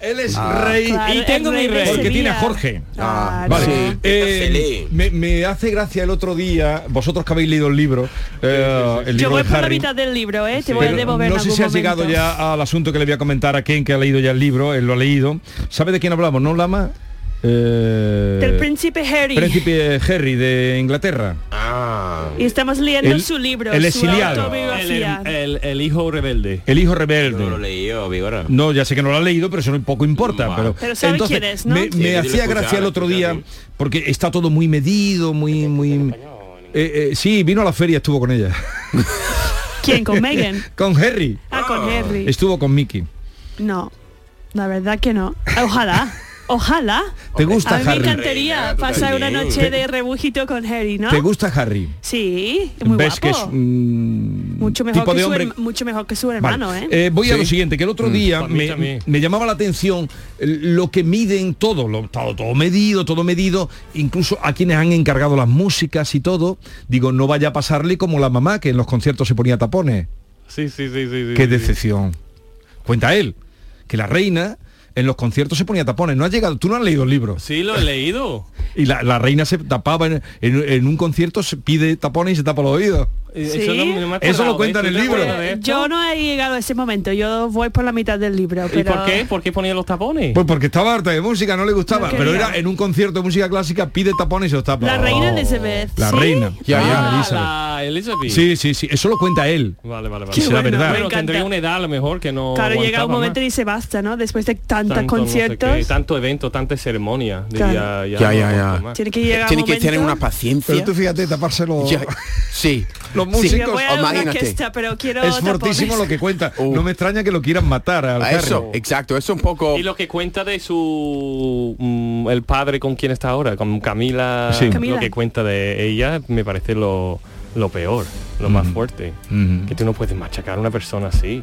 S1: Él es
S6: Ah.
S1: rey.
S4: Claro, Y tengo el rey mi de rey.
S1: Porque tiene a
S4: Sevilla.
S1: Jorge.
S6: Ah,
S1: Vale.
S6: sí.
S1: Eh, me, me hace gracia el otro día, vosotros que habéis leído el libro, eh, el
S2: Yo
S1: libro
S2: voy
S1: de
S2: por la
S1: Harry,
S2: mitad del libro, ¿eh? Te voy a
S1: pero
S2: devolver
S1: no
S2: en
S1: sé
S2: algún
S1: si has llegado
S2: momento.
S1: ya al asunto que le voy a comentar a Ken, que ha leído ya el libro, él lo ha leído. ¿Sabe de quién hablamos? ¿No, Lama? Eh,
S2: Del príncipe Harry.
S1: Príncipe Harry de Inglaterra.
S3: Ah, Ah.
S2: Y estamos leyendo
S4: El-
S2: su libro,
S1: El
S2: su
S1: exiliado.
S2: autobiografía.
S4: El, el hijo rebelde.
S1: El hijo rebelde.
S3: No lo leí yo, Vigora.
S1: No, ya sé que no lo has leído, pero eso no- poco importa. Pero,
S3: Pero sabe
S1: entonces,
S3: quién es, ¿no?
S1: Me,
S3: Sí,
S1: me
S3: yo lo
S1: hacía
S3: escuchaba,
S1: gracia el
S3: lo
S1: otro día, porque está todo muy medido, muy... muy Eh, eh, sí, vino a la feria, estuvo con ella.
S2: ¿Quién? ¿Con Megan?
S1: con Harry.
S2: Ah, con Harry.
S1: Estuvo con Mickey.
S2: No, la verdad que no. Ojalá. Ojalá.
S1: ¿Te gusta
S2: A mí
S1: Harry?
S2: me encantaría pasar una noche de rebujito con Harry, ¿no?
S1: ¿Te gusta Harry?
S2: Sí, muy
S1: ¿Ves
S2: guapo.
S1: que es un
S2: mucho, mejor
S1: tipo
S2: que
S1: de
S2: su
S1: hombre-
S2: herma- mucho mejor que su
S1: Vale.
S2: hermano, ¿eh?
S1: Eh, voy a lo siguiente, que el otro
S4: Mm,
S1: día
S4: pa' mí
S1: me,
S4: también.
S1: me llamaba la atención eh, lo que miden todo, lo, todo, todo medido, todo medido, incluso a quienes han encargado las músicas y todo. Digo, no vaya a pasarle como la mamá que en los conciertos se ponía tapones.
S4: Sí, sí, sí, sí. sí,
S1: Qué
S4: sí.
S1: decepción. Cuenta él, que la reina en los conciertos se ponía tapones. No ha llegado, tú no has leído el libro.
S4: Sí, lo he leído.
S1: Y la, la reina se tapaba en, en- en un concierto, se pide tapones y se tapa los oídos.
S4: Eh, eso no- no me he
S1: Eso lo
S4: acordado,
S1: cuenta en
S4: ¿eh?
S1: el
S4: ¿Tú te
S1: libro.
S4: acuerdas de esto?
S2: Yo no he llegado a ese momento, yo voy por la mitad del libro.
S4: ¿Y
S2: pero-
S4: por qué? ¿Por qué ponía los tapones?
S1: Pues porque estaba harta de música, no le gustaba,
S2: No
S1: pero
S2: quería.
S1: era en un concierto de música clásica, pide tapones y los tapa.
S2: La reina Elizabeth.
S1: La
S2: ¿sí?
S1: reina.
S4: Ya, ya.
S1: La reina Elizabeth.
S4: Ah, Elizabeth.
S1: Sí, sí, sí, eso lo cuenta él.
S4: Vale, vale, vale.
S1: Que será verdad.
S4: Bueno, tendría una edad a lo mejor que no.
S2: Claro, llega
S4: aguantaba
S2: un momento
S4: más.
S2: y dice basta, ¿no? Después de tantos
S4: Tanto no sé
S2: conciertos.
S4: qué, tanto evento, tanta ceremonia.
S2: Claro.
S4: diría,
S6: Ya,
S4: no
S6: ya, ya.
S4: aguanto más.
S2: Tiene que llegar
S6: Tiene
S2: un
S6: que tener
S2: momento-
S6: una paciencia.
S2: Pero tú
S1: fíjate, taparse los...
S6: Sí.
S1: Los
S6: Sí.
S2: Yo voy a una orquesta, pero quiero
S1: es
S2: tapones.
S1: fortísimo lo que cuenta. No me extraña que lo quieran matar al
S4: A eso,
S6: exacto, Uh. eso un poco.
S4: Y lo que cuenta de su mm, el padre con quien está ahora, con Camila,
S1: Sí.
S4: lo
S1: Camila.
S4: que cuenta de ella me parece lo, lo peor, lo más fuerte. Que tú no puedes machacar a una persona así.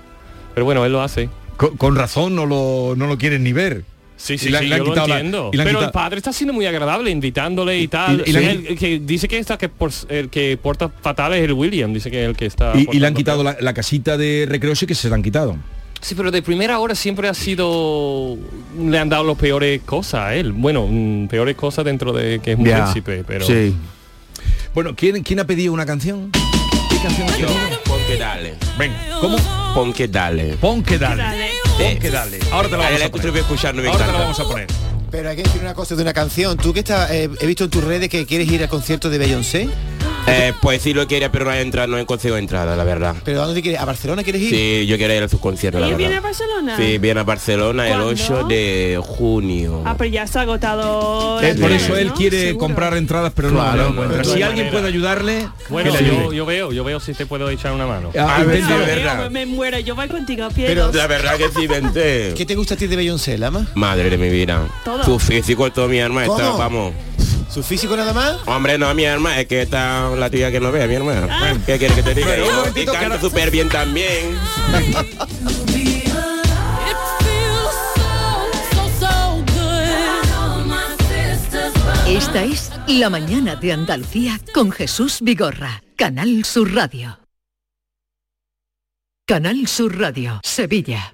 S4: Pero bueno, él lo hace.
S1: Con, con razón no lo, no lo quieren ni ver.
S4: Sí, sí,
S1: Y le-
S4: sí,
S1: le han
S4: yo lo
S1: quitado la-
S4: entiendo.
S1: y le han
S4: Pero el
S1: quitado-
S4: padre está siendo muy agradable, invitándole y tal.
S1: y- y le han-
S4: Él- que dice que está que por- el que porta fatal es el William, dice que el que está.
S1: Y, y le han
S4: portando
S1: quitado la, la casita de recreo, sí que se la han quitado.
S4: Sí, pero de primera hora siempre ha sido... Le han dado los peores cosas a él. Bueno, mm, peores cosas dentro de que es un
S1: Ya.
S4: príncipe, pero...
S1: Sí. Bueno, ¿quién, quién ha pedido una canción? ¿Qué canción ha pedido?
S3: Pon que dale.
S1: Ven, ¿cómo?
S3: Pon que dale.
S1: Pon que dale. Pon que dale. Ahora te la vamos a poner.
S3: voy a escuchar, no me
S1: Ahora te la
S3: encanta.
S1: vamos a poner.
S5: Pero hay que decir una cosa de una canción. Tú que estás, eh, he visto en tus redes que quieres ir al concierto de Beyoncé.
S3: Eh, pues sí lo quería, pero no he entrado, no he conseguido entrada, la verdad.
S5: ¿Pero a dónde quieres? ¿A Barcelona quieres ir?
S3: Sí, yo quería ir a sus conciertos, la
S2: ¿Ella viene a
S3: verdad.
S5: Ah.
S2: Barcelona?
S3: Sí, viene a Barcelona el 8 de junio.
S2: Ah, pero ya está agotado.
S1: Eh,
S2: las
S1: por
S2: vías,
S1: eso él
S2: ¿no?
S1: quiere comprar entradas, pero no-
S3: Claro,
S1: no,
S3: no,
S1: encuentra.
S3: no, no
S1: Si
S3: hay
S1: alguien
S3: manera.
S1: puede ayudarle,
S4: Bueno,
S1: que le ayude.
S4: yo, yo veo, yo veo si te puedo echar una mano.
S1: Ah,
S5: A ver,
S1: intente-
S5: a ver.
S2: Yo me muero, yo voy contigo,
S3: Pero
S2: Piero.
S3: la verdad que sí, vente.
S5: ¿Qué te gusta a ti de Beyoncé, Lama?
S3: Madre de mi vida.
S5: Todo.
S3: Su físico, todo mi arma está,
S5: ¿Cómo?
S3: vamos.
S5: ¿Su físico nada más? Ah.
S3: Hombre, no, mi hermana, es que está la tía que no ve, mi hermana. ¿Qué quieres que te diga?
S5: Pero un
S3: Y no- y
S5: momentito,
S3: canta súper bien también.
S8: Esta es La Mañana de Andalucía con Jesús Vigorra, Canal Sur Radio. Canal Sur Radio, Sevilla.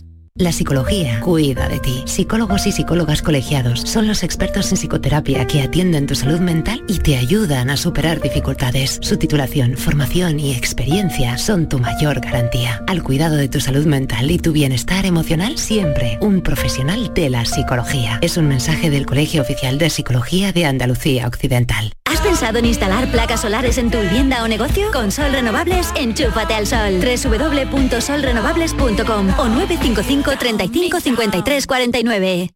S15: La psicología cuida de ti. Psicólogos y psicólogas colegiados son los expertos en psicoterapia que atienden tu salud mental y te ayudan a superar dificultades. Su titulación, formación y experiencia son tu mayor garantía. Al cuidado de tu salud mental y tu bienestar emocional siempre, un profesional de la psicología. Es un mensaje del Colegio Oficial de Psicología de Andalucía Occidental.
S16: ¿Has pensado en instalar placas solares en tu vivienda o negocio? Con Sol Renovables, enchúfate al sol. www.solrenovables.com o 955 35 53 49.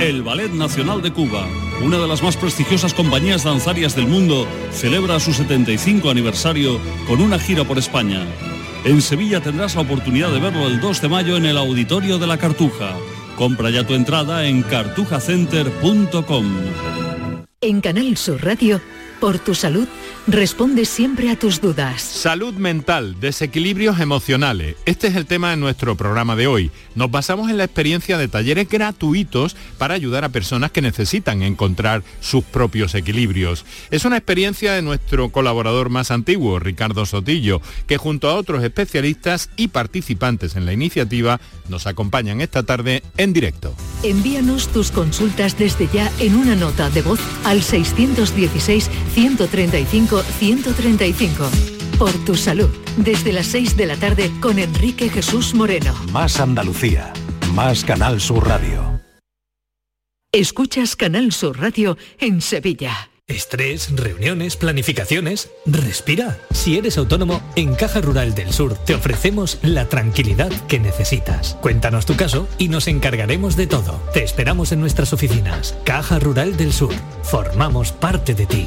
S14: El Ballet Nacional de Cuba, una de las más prestigiosas compañías danzarias del mundo, celebra su 75 aniversario con una gira por España. En Sevilla tendrás la oportunidad de verlo el 2 de mayo en el Auditorio de la Cartuja. Compra ya tu entrada en cartujacenter.com.
S8: En Canal Sur Radio, Por tu salud, responde siempre a tus dudas.
S17: Salud mental, desequilibrios emocionales. Este es el tema de nuestro programa de hoy. Nos basamos en la experiencia de talleres gratuitos para ayudar a personas que necesitan encontrar sus propios equilibrios. Es una experiencia de nuestro colaborador más antiguo, Ricardo Sotillo, que junto a otros especialistas y participantes en la iniciativa nos acompañan esta tarde en directo.
S8: Envíanos tus consultas desde ya en una nota de voz al 616-135-135. Por tu salud, desde las 6 de la tarde con Enrique Jesús Moreno.
S11: Más Andalucía, más Canal Sur Radio.
S8: Escuchas Canal Sur Radio en Sevilla.
S18: Estrés, reuniones, planificaciones. Respira. Si eres autónomo, en Caja Rural del Sur te ofrecemos la tranquilidad que necesitas. Cuéntanos tu caso y nos encargaremos de todo. Te esperamos en nuestras oficinas. Caja Rural del Sur. Formamos parte de ti.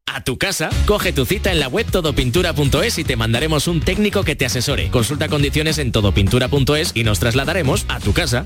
S13: A tu casa, coge tu cita en la web todopintura.es y te mandaremos un técnico que te asesore. Consulta condiciones en todopintura.es y nos trasladaremos a tu casa.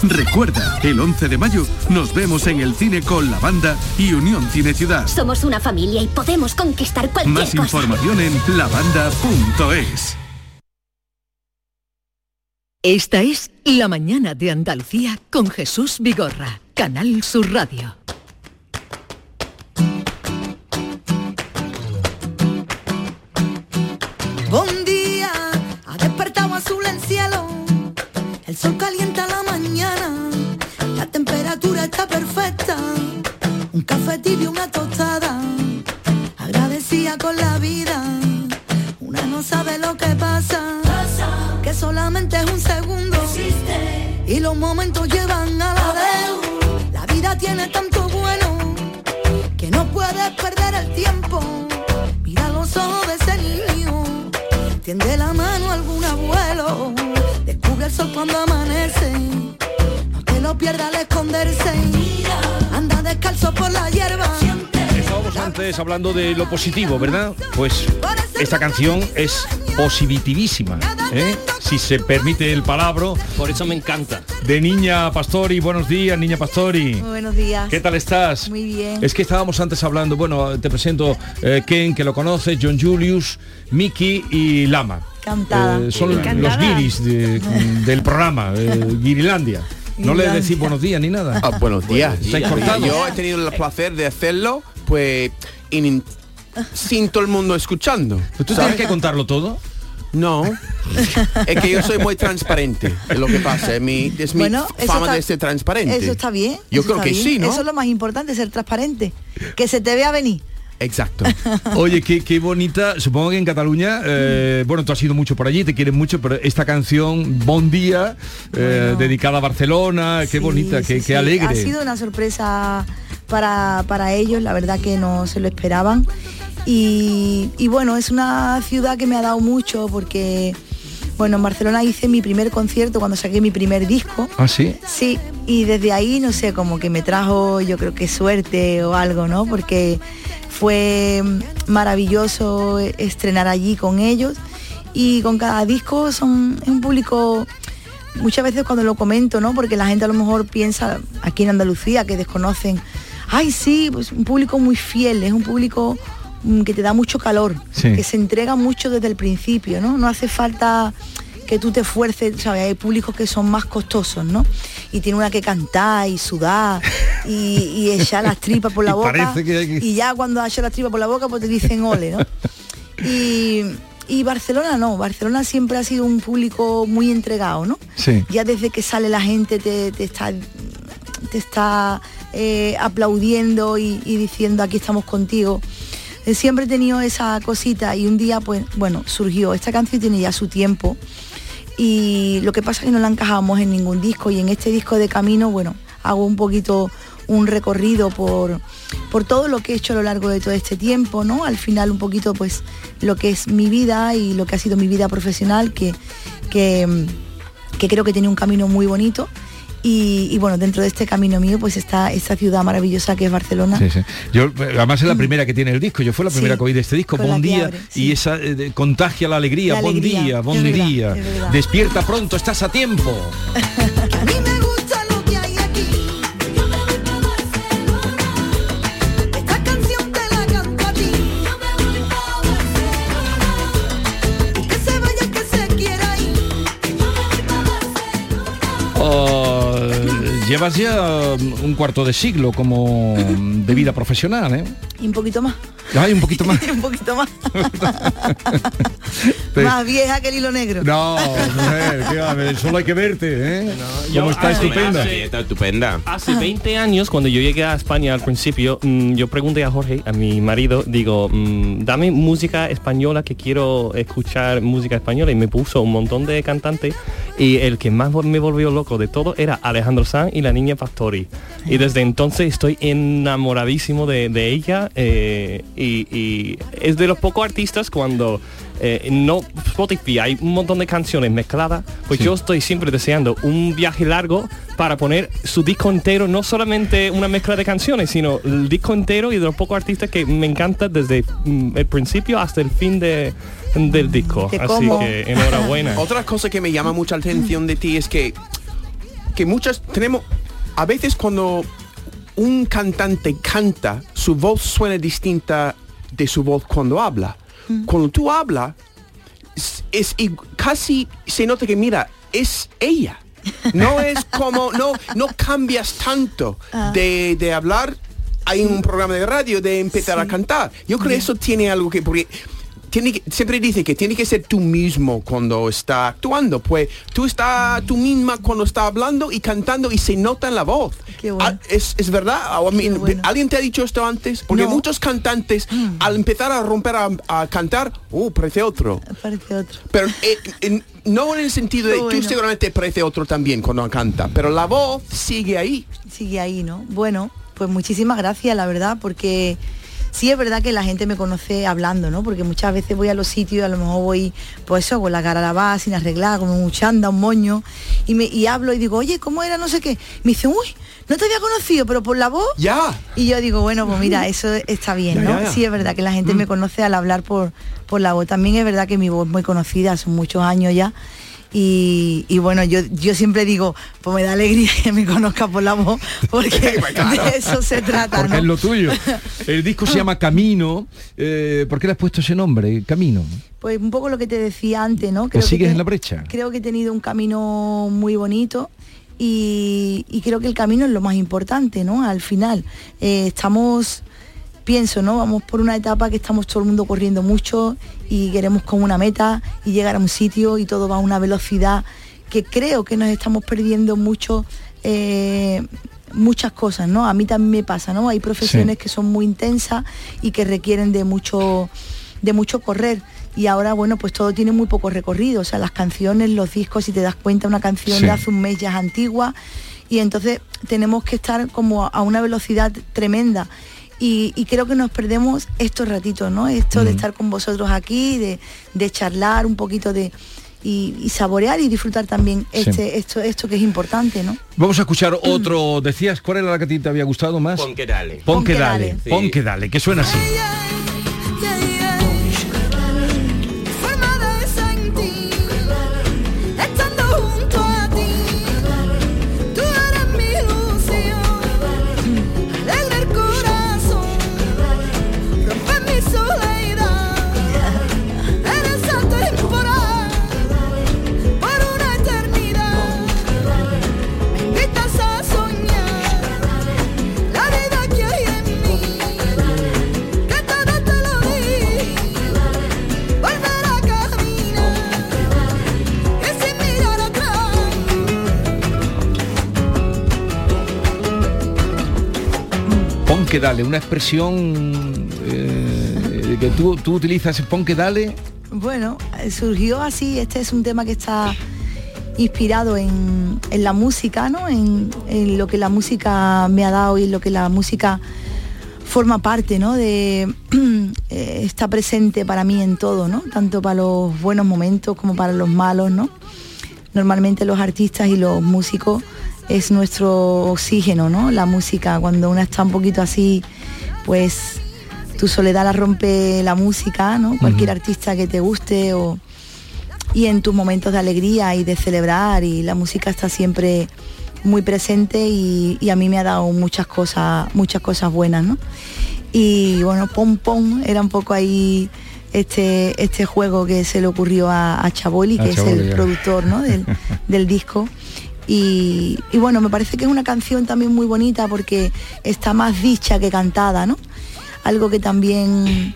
S19: Recuerda, el 11 de mayo nos vemos en el cine con la banda y Unión Cine Ciudad.
S16: Somos una familia y podemos conquistar cualquier
S19: Más
S16: cosa.
S19: información en lavanda.es.
S8: Esta es La Mañana de Andalucía con Jesús Vigorra, Canal Sur Radio.
S9: Buen día, ha despertado azul el cielo. El sol calienta la mañana, la temperatura está perfecta. Un café tibio, una tostada, agradecida con la vida. Una no sabe lo que pasa, que solamente es un segundo. Y los momentos llevan a la vez. La vida tiene tanto bueno, que no puedes perder el tiempo. Mira los ojos de ese niño, tiende la mano a algún abuelo. Descubre el sol cuando amanece. No te lo pierdas al esconderse. Anda descalzo por la hierba.
S1: Estábamos antes hablando de lo positivo, ¿verdad? Pues esta canción es positivísima, ¿eh? si se permite el palabra.
S20: Por eso me encanta.
S1: De Niña Pastori, buenos días, Niña Pastori.
S9: Muy buenos días.
S1: ¿Qué tal estás?
S9: Muy bien.
S1: Es que estábamos antes hablando, bueno, te presento eh, Ken, que lo conoces, John Julius, Mickey y Lama.
S9: Encantada.
S1: Eh, son los
S9: Encantada.
S1: guiris de- del programa, eh, Guirilandia. No le
S6: Guirilandia.
S1: decís buenos días ni nada.
S6: Ah, buenos días.
S1: Estáis cortados.
S6: Yo he tenido el placer de hacerlo, pues, in- sin todo el mundo escuchando.
S1: ¿Tú tienes que contarlo todo?
S6: No. es que yo soy muy transparente, es lo que pasa. Es mi, es mi
S9: Bueno, eso
S6: fama
S9: está-
S6: de ser transparente.
S9: Eso está bien.
S6: Yo
S9: eso
S6: creo
S9: está
S6: que
S9: bien.
S6: sí, ¿no?
S9: Eso es lo más importante, ser transparente. Que se te vea venir.
S6: Exacto.
S1: Oye, qué, qué bonita, supongo que en Cataluña,
S6: Mm.
S1: eh, bueno, tú has ido mucho por allí, te quieren mucho, pero esta canción, Bon Día, eh, dedicada a Barcelona, qué bonita, qué, qué
S9: Sí,
S1: alegre.
S9: Ha sido una sorpresa para, para ellos, la verdad que no se lo esperaban. Y, y bueno, es una ciudad que me ha dado mucho porque, bueno, en Barcelona hice mi primer concierto cuando saqué mi primer disco.
S1: ¿Ah, sí?
S9: Sí, y desde ahí, no sé, como que me trajo, yo creo que suerte o algo, ¿no? Porque fue maravilloso estrenar allí con ellos y con cada disco son es un público muchas veces cuando lo comento, ¿no? Porque la gente a lo mejor piensa aquí en Andalucía que desconocen, ay sí, pues un público muy fiel, es un público mm, que te da mucho calor,
S21: Sí.
S9: que se entrega mucho desde el principio, ¿no? No hace falta que tú te esfuerces, ¿sabes? Hay públicos que son más costosos, ¿no? Y tiene una que cantar y sudar y, y echar las tripas por la
S1: Y
S9: boca.
S1: parece que hay que-
S9: Y ya cuando echas las tripas por la boca, pues te dicen ole, ¿no? Y, y Barcelona no, Barcelona siempre ha sido un público muy entregado, ¿no?
S1: Sí.
S9: Ya desde que sale la gente te, te está te está eh, aplaudiendo y, y diciendo aquí estamos contigo. Eh, Siempre he tenido esa cosita y un día, pues, bueno, surgió. Esta canción tiene ya su tiempo y lo que pasa es que no la encajamos en ningún disco y en este disco de camino, bueno, hago un poquito un recorrido por, por todo lo que he hecho a lo largo de todo este tiempo, ¿no? Al final un poquito pues lo que es mi vida y lo que ha sido mi vida profesional, que, que, mm, que creo que tiene un camino muy bonito. Y, y, bueno, dentro de este camino mío pues está esta ciudad maravillosa que es Barcelona.
S1: Sí, sí. Yo, eh, además
S9: Mm.
S1: es la primera que tiene el disco, yo fui la primera que oí de este disco,
S9: con la
S1: buen
S9: que
S1: día,
S9: abre,
S1: y esa eh, de- contagia la alegría,
S9: La
S1: buen
S9: alegría,
S1: día,
S9: es
S1: buen
S9: verdad,
S1: día,
S9: es verdad.
S1: despierta pronto, estás a tiempo.
S9: Esta canción te la canto a ti. Y que se vaya, que se quiera ir.
S1: Oh, llevas ya mm, un cuarto de siglo como mm, de vida profesional, ¿eh?
S9: Y un poquito más.
S1: Ay, un poquito más.
S9: un poquito más.
S1: Pero-
S9: Más vieja que el hilo negro.
S1: No, mujer, qué va, eh, solo hay que verte, ¿eh?
S4: yo-
S1: Como está
S4: ah,
S1: estupenda.
S4: sí,
S3: Está estupenda.
S5: Ah,
S4: Hace 20 años, cuando yo llegué a España al principio, mm, yo pregunté a Jorge, a mi marido, digo, mm, dame música española que quiero escuchar música española y me puso un montón de cantantes y el que más me volvió loco de todo era Alejandro Sanz y la niña Pastori. Y desde entonces estoy enamoradísimo de, de ella eh, y, y es de los pocos artistas cuando... eh, no Spotify hay un montón de canciones mezcladas pues yo estoy siempre deseando un viaje largo para poner su disco entero, no solamente una mezcla de canciones, sino el disco entero y de los pocos artistas que me encanta desde mm, el principio hasta el fin de, del disco. Así que enhorabuena.
S6: Otra cosa que me llama mucha atención de ti es que que muchas tenemos a veces cuando un cantante canta, su voz suena distinta de su voz cuando habla. Cuando tú hablas es, es i- casi se nota que mira, es ella. No es como no no cambias tanto
S22: Ah.
S6: de, de hablar hay un programa de radio de empezar a cantar. Yo creo que eso tiene algo que porque tiene que- siempre dice que tiene que ser tú mismo cuando está actuando, pues tú estás tú misma cuando está hablando y cantando y se nota en la voz. Ah, Es, es verdad, I mean, ¿alguien te ha dicho esto antes? Porque muchos cantantes al empezar a romper a, a cantar, uh, parece otro.
S9: Parece otro.
S6: Pero eh, en- no en el sentido de
S9: Bueno.
S6: tú seguramente parece otro también cuando canta, pero la voz sigue ahí.
S9: Sigue ahí, ¿no? Bueno, pues muchísimas gracias, la verdad, porque sí es verdad que la gente me conoce hablando, ¿no? Porque muchas veces voy a los sitios, a lo mejor voy, pues eso, con la cara lavada, sin arreglar, con un chanda, un moño, y, me, y hablo y digo, oye, ¿cómo era? No sé qué. Me dicen, uy, no te había conocido, pero por la voz.
S6: Ya.
S9: Y yo digo, bueno, pues mira, eso está bien,
S23: Ya,
S9: ¿no?
S23: ya, Mm. ya.
S9: Sí es verdad que la gente me conoce al hablar por, por la voz. También es verdad que mi voz es muy conocida, son muchos años ya. Y, y bueno, yo, yo siempre digo, pues me da alegría que me conozca por la voz, porque de eso se trata,
S1: Porque
S9: ¿no?
S1: es lo tuyo. El disco se llama Camino. eh, ¿Por qué le has puesto ese nombre? Camino.
S9: Pues un poco lo que te decía antes, ¿no?
S1: Que sigues
S9: te-
S1: en la brecha.
S9: Creo que he tenido un camino muy bonito y, y creo que el camino es lo más importante, ¿no? Al final, eh, estamos, pienso, ¿no? Vamos por una etapa que estamos todo el mundo corriendo mucho y queremos con una meta y llegar a un sitio y todo va a una velocidad que creo que nos estamos perdiendo mucho. eh, muchas cosas, ¿no? A mí también me pasa, ¿no? Hay profesiones que son muy intensas y que requieren de mucho, de mucho correr. Y ahora, bueno, pues todo tiene muy poco recorrido. O sea, las canciones, los discos, si te das cuenta, una canción
S24: Sí.
S9: de hace un mes ya es antigua. Y entonces tenemos que estar como a una velocidad tremenda. Y, y creo que nos perdemos estos ratitos, ¿no? Esto de estar con vosotros aquí, de, de charlar un poquito de. Y, y saborear y disfrutar también
S1: Sí.
S9: este, esto, esto que es importante, ¿no?
S1: Vamos a escuchar
S9: Mm.
S1: otro. Decías, ¿cuál era la que a ti te había gustado más?
S3: Pon que dale.
S1: Pon que dale.
S3: Sí.
S1: Pon que dale, que suena así.
S9: Formada es en ti, estando junto a ti, tú eres mi ilusión, alegre el corazón, rompe mi soledad, eres atemporal, por una eternidad, me invitas a soñar, la vida que hay en mí, que te
S1: que dale, una expresión eh, que tú, tú utilizas, pon que dale.
S9: Bueno, eh, surgió así, este es un tema que está inspirado en, en la música, ¿no? En, en lo que la música me ha dado y lo que la música forma parte, ¿no? De eh, está presente para mí en todo, ¿no? Tanto para los buenos momentos como para los malos, ¿no? Normalmente los artistas y los músicos es nuestro oxígeno, ¿no? La música cuando una está un poquito así, pues tu soledad la rompe la música, ¿no? Cualquier artista que te guste o y en tus momentos de alegría y de celebrar y la música está siempre muy presente y, y a mí me ha dado muchas cosas, muchas cosas buenas, ¿no? Y bueno, Pom Pom era un poco ahí este, este juego que se le ocurrió a, a Chaboli,
S10: A
S9: que es
S10: Chaboli,
S9: el
S10: ya.
S9: productor ¿no? del, del disco. Y, y bueno, me parece que es una canción también muy bonita porque está más dicha que cantada, ¿no? Algo que también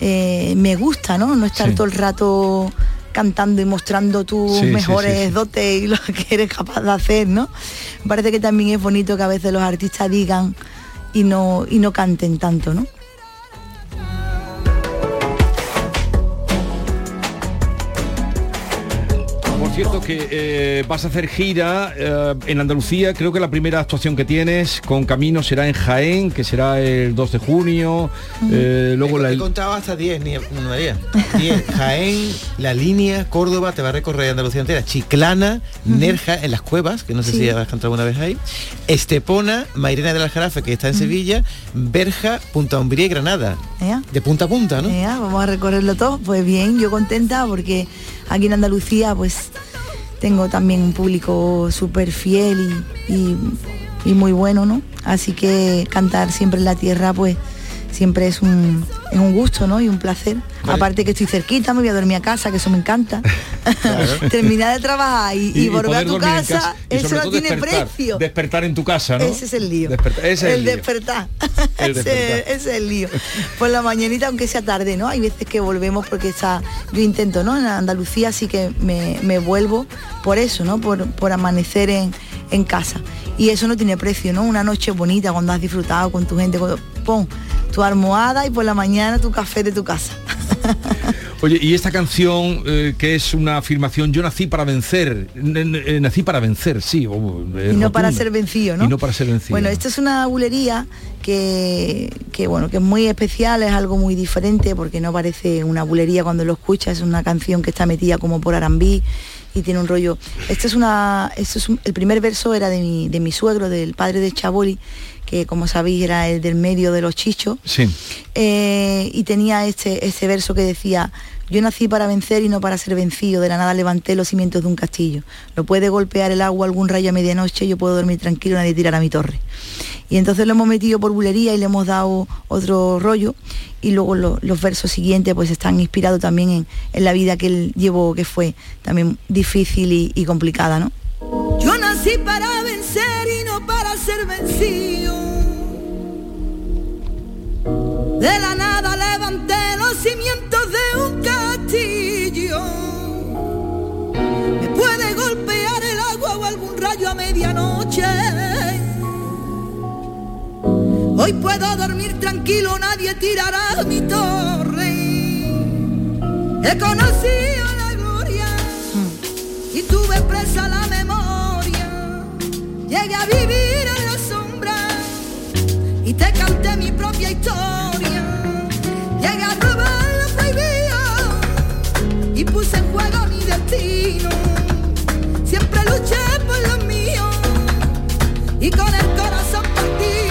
S9: eh, me gusta, ¿no? No estar
S11: Sí.
S9: todo el rato cantando y mostrando tus
S11: Sí, sí,
S9: mejores
S11: sí, sí.
S9: dotes y lo que eres capaz de hacer, ¿no? Me parece que también es bonito que a veces los artistas digan y no, y no canten tanto, ¿no?
S1: Por cierto que eh, vas a hacer gira eh, en Andalucía, creo que la primera actuación que tienes con Camino será en Jaén, que será el 2 de junio, eh, luego la...
S5: He contado hasta 10, ni- María. 10. Jaén, La Línea, Córdoba, te va a recorrer Andalucía entera. Chiclana,
S9: Ujú.
S5: Nerja, en las cuevas, que no sé
S9: Sí.
S5: si has cantado alguna vez ahí. Estepona, Mairena de la Jarafe, que está en Sevilla, Berja, Punta Umbría y Granada.
S9: ¿eh?
S5: De punta a punta, ¿no?
S9: Ea, vamos a recorrerlo todo. Pues bien, yo contenta porque aquí en Andalucía pues tengo también un público súper fiel y, y- y muy bueno, ¿no? Así que cantar siempre en la tierra pues siempre es un, es un gusto, ¿no? Y un placer.
S5: Vale.
S9: Aparte que estoy cerquita, me voy a dormir a casa, que eso me encanta. Terminar de trabajar y, y
S1: y
S9: volver a
S1: poder
S9: tu
S1: dormir en
S9: casa,
S1: y
S9: eso
S1: sobre
S9: no
S1: todo
S9: tiene
S1: despertar,
S9: precio.
S1: Despertar en tu casa, ¿no?
S9: Ese es el lío.
S1: Despertar- ese es el lío.
S9: despertar.
S1: El
S9: Ese-
S1: despertar.
S9: ese es el lío. Por la mañanita, aunque sea tarde, ¿no? Hay veces que volvemos porque está. Yo intento, ¿no? En Andalucía sí que me, me vuelvo por eso, ¿no? Por, por amanecer en, en casa. Y eso no tiene precio, ¿no? Una noche bonita cuando has disfrutado con tu gente, cuando pon tu almohada y por la mañana tu café de tu casa.
S1: Oye, y esta canción eh, que es una afirmación, yo nací para vencer, n- n- eh, nací para vencer, sí. o- eh,
S9: y no para
S1: rotunda.
S9: ser vencido, ¿no?
S1: Y no para ser vencido.
S9: Bueno, esto es una bulería que, que, bueno, que es muy especial, es algo muy diferente porque no parece una bulería cuando lo escuchas, es una canción que está metida como por arambí y tiene un rollo. Esto es una, esto es un- el primer verso era de mi, de mi suegro, del padre de Chaboli, que como sabéis era el del medio de los chichos
S1: Sí.
S9: eh, y tenía este, este verso que decía, yo nací para vencer y no para ser vencido, de la nada levanté los cimientos de un castillo, lo puede golpear el agua algún rayo a medianoche, yo puedo dormir tranquilo, nadie tirará mi torre. Y entonces lo hemos metido por bulería y le hemos dado otro rollo y luego lo- los versos siguientes pues están inspirados también en, en la vida que él llevó, que fue también difícil y, y complicada, ¿no?
S22: Yo nací para vencer y no para ser vencido. De la nada levanté los cimientos de un castillo. Me puede golpear el agua o algún rayo a medianoche. Hoy puedo dormir tranquilo, nadie tirará mi torre. He conocido la gloria y tuve presa la memoria. Llegué a vivir en la sombra y te canté mi propia historia. Llegué a robar lo prohibido y puse en juego mi destino. Siempre luché por lo mío y con el corazón partido.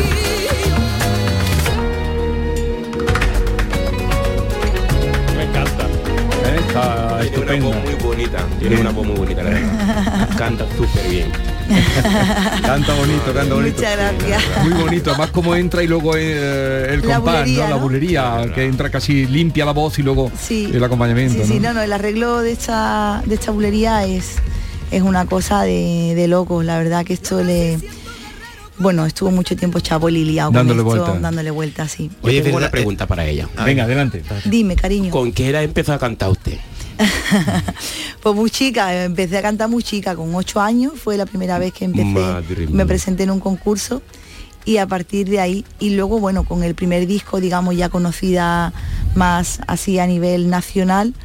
S4: Me encanta.
S1: Eh, Está
S3: Tiene una voz muy bonita. Tiene una voz muy bonita, la verdad. Canta súper bien.
S1: Canta bonito, canta bonito.
S9: Muchas gracias.
S1: Muy bonito, además como entra y luego eh, el
S9: La
S1: compás,
S9: bulería,
S1: ¿no? La
S9: ¿no?
S1: bulería, que entra casi limpia la voz y luego
S9: Sí.
S1: el acompañamiento.
S9: Sí, sí,
S1: ¿no?
S9: no, no, el arreglo de esta, de esta bulería es, es una cosa de, de locos. La verdad que esto le. Bueno, estuvo mucho tiempo Chaboli liado con
S3: Dándole
S9: esto,
S3: vuelta.
S9: dándole vuelta, sí.
S3: Oye, tengo una pregunta para ella.
S1: eh, Venga, adelante.
S9: Dime, cariño.
S3: ¿Con qué edad empezó a cantar usted?
S9: Pues muy chica, empecé a cantar muy chica, con ocho años fue la primera vez que empecé,
S3: Madre
S9: me
S3: mía.
S9: presenté en un concurso y a partir de ahí y luego bueno con el primer disco digamos ya conocida más así a nivel nacional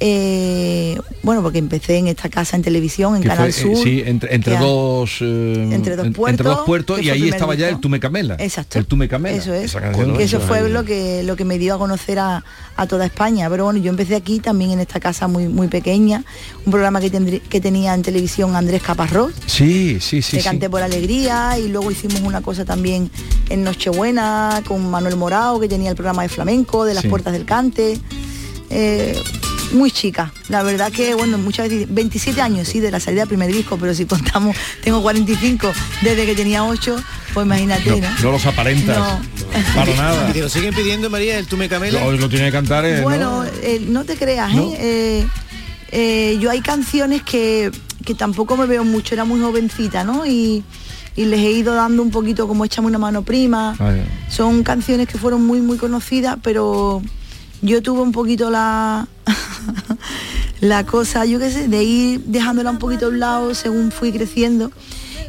S9: eh, bueno porque empecé en esta casa en televisión en
S1: que
S9: Canal
S1: fue, eh,
S9: Sur
S1: sí, entre, entre
S9: ya.
S1: dos, eh,
S9: Entre dos
S1: en-
S9: puertos,
S1: dos puertos
S9: que
S1: y
S9: fue el
S1: ahí
S9: primer
S1: estaba ya
S9: disco.
S1: el Tú me Camela.
S9: Exacto.
S1: El Tú me Camela.
S9: Eso es.
S1: Esa canción, ¿no?
S9: que eso fue
S1: Maravilla.
S9: lo que, lo que me dio a conocer a, a toda España. Pero bueno, yo empecé aquí también en esta casa muy, muy pequeña. Un programa que, tendrí- que tenía en televisión Andrés Caparrós.
S1: Sí, sí, sí.
S9: que
S1: sí.
S9: canté por alegría y luego hicimos una cosa también en Nochebuena con Manuel Morao que tenía el programa de flamenco de las
S1: Sí.
S9: puertas del cante Eh, muy chica la verdad que bueno muchas veces 27 años sí de la salida del primer disco pero si contamos tengo 45 desde que tenía 8 pues imagínate
S1: No,
S9: ¿no?
S1: no los aparentas.
S9: No.
S1: Para nada.
S5: ¿Y te lo siguen pidiendo, María, el tú me camela?
S1: Lo, lo tiene que cantar eh, ¿no?
S9: Bueno, eh, no te creas, ¿eh? Eh, eh, yo hay canciones que, que tampoco me veo mucho, era muy jovencita, ¿no? Y, y les he ido dando un poquito como échame una mano prima.
S1: Ah.
S9: Son canciones que fueron muy, muy conocidas, pero yo tuve un poquito la, la cosa, yo qué sé, de ir dejándola un poquito a un lado según fui creciendo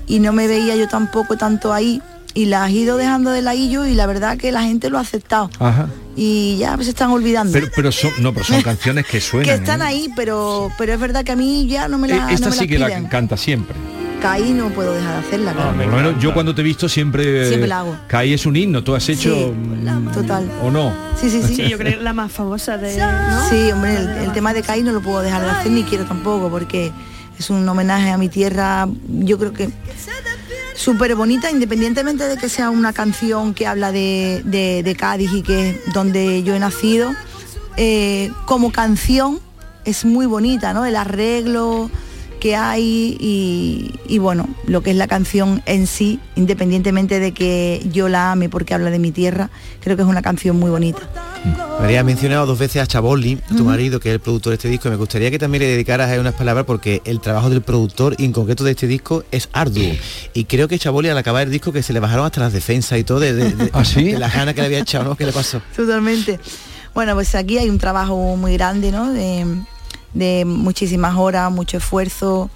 S9: y no me veía yo tampoco tanto ahí. Y las he ido dejando de laillo y la verdad que la gente lo ha aceptado
S1: Ajá.
S9: y ya se están olvidando.
S1: Pero, pero son, no, pero son canciones que
S9: que
S1: suenan.
S9: están
S1: ¿eh?
S9: ahí, pero pero es verdad que a mí ya no me
S1: Eh,
S9: la,
S1: Esta
S9: no me
S1: sí que
S9: las
S1: la Ah,
S9: piden.
S1: canta siempre.
S9: Caí no puedo dejar de hacerla, claro.
S1: Por lo menos yo cuando te he visto siempre. eh,
S9: Siempre la hago.
S1: Caí es un himno, tú has hecho. mm,
S9: Total.
S1: ¿O no?
S9: Sí, sí, sí.
S2: Sí, yo creo que es la más famosa de...
S9: Sí, hombre, el, el tema de Caí no lo puedo dejar de hacer ni quiero tampoco porque es un homenaje a mi tierra, yo creo que súper bonita, independientemente de que sea una canción que habla de, de- de Cádiz y que es donde yo he nacido, eh, como canción es muy bonita, ¿no? El arreglo que hay y, y bueno, lo que es la canción en sí, independientemente de que yo la ame porque habla de mi tierra, creo que es una canción muy bonita.
S5: María, has mencionado dos veces a Chabolli, tu marido, que es el productor de este disco, y me gustaría que también le dedicaras a unas palabras porque el trabajo del productor, y en concreto de este disco, es arduo. Y creo que Chabolli al acabar el disco que se le bajaron hasta las defensas y todo de, de-
S9: ¿Ah,
S5: de- de las ganas que le había echado, ¿no? ¿Qué le pasó?
S9: Totalmente. Bueno, pues aquí hay un trabajo muy grande, ¿no? De, de muchísimas horas, mucho esfuerzo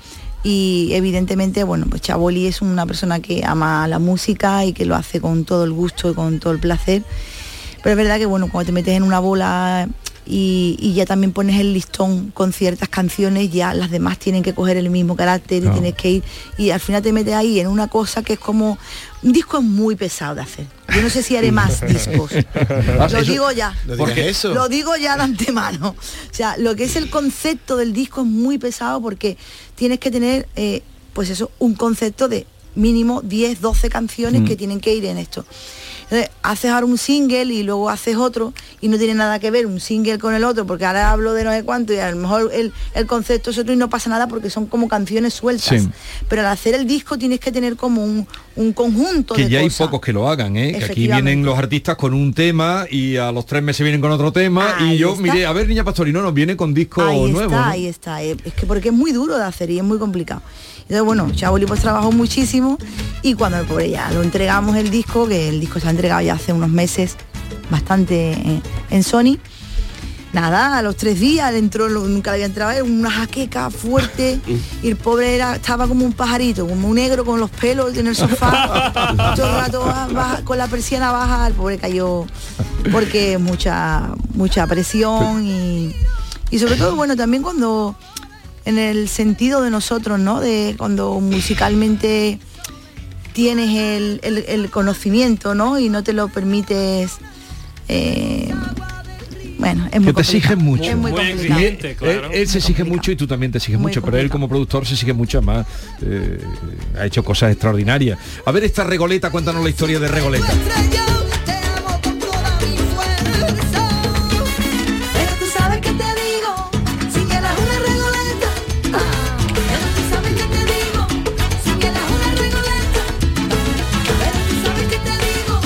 S9: y evidentemente, bueno, pues Chaboli es una persona que ama la música y que lo hace con todo el gusto y con todo el placer. Pero es verdad que, bueno, cuando te metes en una bola y, y ya también pones el listón con ciertas canciones, ya las demás tienen que coger el mismo carácter y
S10: Claro.
S9: tienes que ir. Y al final te metes ahí en una cosa que es como... Un disco es muy pesado de hacer. Yo no sé si haré más discos.
S1: Ah,
S9: Lo
S1: eso-
S9: digo ya.
S1: No digas Porque- eso.
S9: Lo digo ya de antemano. O sea, lo que es el concepto del disco es muy pesado porque tienes que tener, eh, pues eso, un concepto de mínimo 10, 12 canciones
S10: Mm.
S9: que tienen que ir en esto. Entonces, haces ahora un single y luego haces otro y no tiene nada que ver un single con el otro porque ahora hablo de no sé cuánto y a lo mejor el, el concepto es otro y no pasa nada porque son como canciones sueltas.
S1: Sí.
S9: Pero al hacer el disco tienes que tener como un, un conjunto
S1: Que
S9: de
S1: ya hay
S9: cosas.
S1: pocos que lo hagan, ¿eh? Que aquí
S9: Efectivamente.
S1: vienen los artistas con un tema y a los tres meses vienen con otro tema y yo,
S9: está.
S1: mire, a ver, Niña Pastorino nos viene con disco
S9: ahí
S1: nuevo.
S9: está,
S1: ¿no?
S9: ahí está. Eh, Es que porque es muy duro de hacer y es muy complicado. Entonces, bueno, Chaboli pues trabajó muchísimo y cuando el pobre ya lo entregamos el disco, que el disco se ha entregado ya hace unos meses, bastante eh, en Sony. Nada, a los tres días le entró, lo- nunca le había entrado, era una jaqueca fuerte y el pobre era, estaba como un pajarito, como un negro con los pelos en el sofá, todo el rato baja- baja- con la persiana baja, el pobre cayó porque es mucha, mucha presión y, y sobre todo, bueno, también cuando en el sentido de nosotros, ¿no? De cuando musicalmente tienes el, el- el conocimiento, ¿no? Y no te lo permites. eh, bueno, es muy
S1: que te exigen
S9: complicado.
S1: mucho.
S9: Es muy complicado.
S1: él, él- él se exige mucho y tú también te exiges
S9: Muy
S1: mucho, pero él como productor se exige mucho más. eh, ha hecho cosas extraordinarias. A ver esta Regoleta, cuéntanos la historia de Regoleta.
S22: Pero tú sabes que te digo, si quieres una regoleta. ah, Pero tú sabes que te digo, si quieres una regoleta. Pero tú sabes que te digo,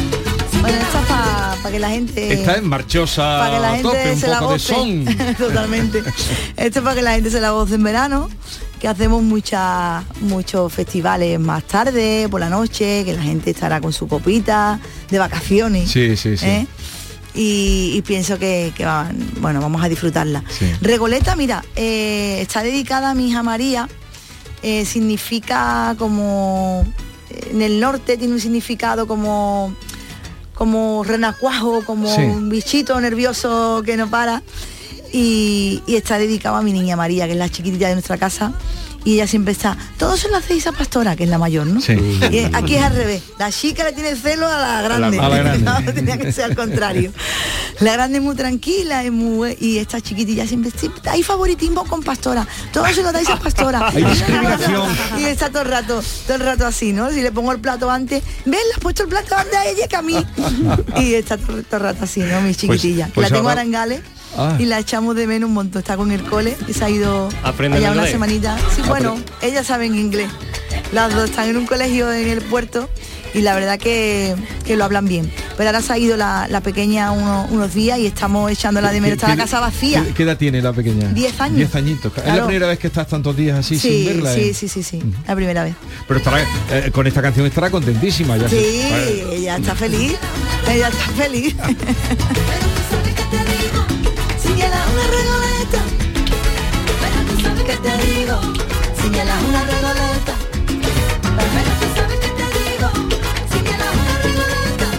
S22: si
S9: Bueno,
S22: quieres
S9: esta para que la gente.
S1: Está en marchosa
S9: para que la
S1: a
S9: gente
S1: tope, un
S9: se la
S1: poco de
S9: goce.
S1: son.
S9: Totalmente. Esto es para que la gente se la goce en verano, que hacemos muchas muchos festivales más tarde, por la noche, que la gente estará con su copita, de vacaciones.
S1: Sí, sí, sí.
S9: ¿eh? Y, y pienso que, que van- bueno, vamos a disfrutarla.
S1: Sí.
S9: Regoleta, mira, eh, está dedicada a mi hija María, eh, significa como eh, en el norte tiene un significado como como renacuajo, como
S1: Sí.
S9: un bichito nervioso que no para. Y, y está dedicado a mi niña María, que es la chiquitita de nuestra casa. Y ella siempre está, todos son las de Isa Pastora, que es la mayor, ¿no?
S1: Sí.
S9: Y es- aquí es al revés. La chica le tiene celo a la grande.
S1: a la grande.
S9: No, tenía que ser al contrario. La grande es muy tranquila es muy bue- y esta chiquitilla siempre, siempre- hay favoritismo con Pastora. Todos se lo dais a Pastora.
S1: Hay discriminación.
S9: Y está todo el rato, todo el rato así, ¿no? Si le pongo el plato antes, ¿ves? Le has puesto el plato antes a ella que a mí. Y está todo, todo el rato así, ¿no? Mi chiquitilla.
S4: pues
S9: la tengo
S4: ahora-
S9: a Arangales
S4: Ah.
S9: y la echamos de menos un montón. Está con el cole y se ha ido
S4: Aprende
S9: allá
S4: en
S9: una
S4: inglés.
S9: semanita. Sí,
S4: Apre-
S9: bueno, ellas saben inglés. Las dos están en un colegio en el puerto y la verdad que, que lo hablan bien. Pero ahora se ha ido la, la pequeña uno- unos días y estamos echándola de menos. Está la casa vacía.
S1: ¿Qué edad tiene la pequeña?
S9: Diez años.
S1: Diez añitos. Es la
S9: Claro.
S1: primera vez que estás tantos días así sin
S9: sí,
S1: verla.
S9: sí,
S1: ¿eh?
S9: sí, sí, sí, la primera vez.
S1: Pero estará, eh, con esta canción estará contentísima. Ya
S9: Sí,
S1: sé.
S9: ella está feliz. Ella está feliz.
S22: Señala una regoleta. Pero tú sabes que te digo. Señala una regoleta. Pero tú sabes que te digo. Señala una regoleta.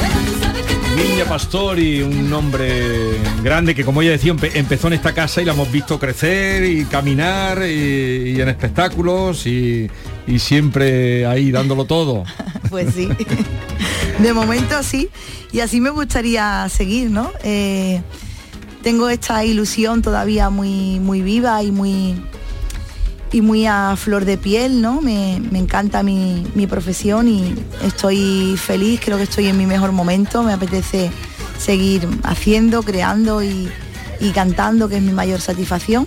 S22: Pero tú sabes que te digo.
S1: Niña Pastori, un hombre grande que como ella decía empe- empezó en esta casa y la hemos visto crecer y caminar y, y en espectáculos y, y siempre ahí dándolo todo.
S9: Pues sí. De momento sí. Y así me gustaría seguir, ¿no? Eh, tengo esta ilusión todavía muy, muy viva y muy y muy a flor de piel, ¿no? Me, me encanta mi, mi profesión y estoy feliz, creo que estoy en mi mejor momento, me apetece seguir haciendo, creando y, y cantando, que es mi mayor satisfacción.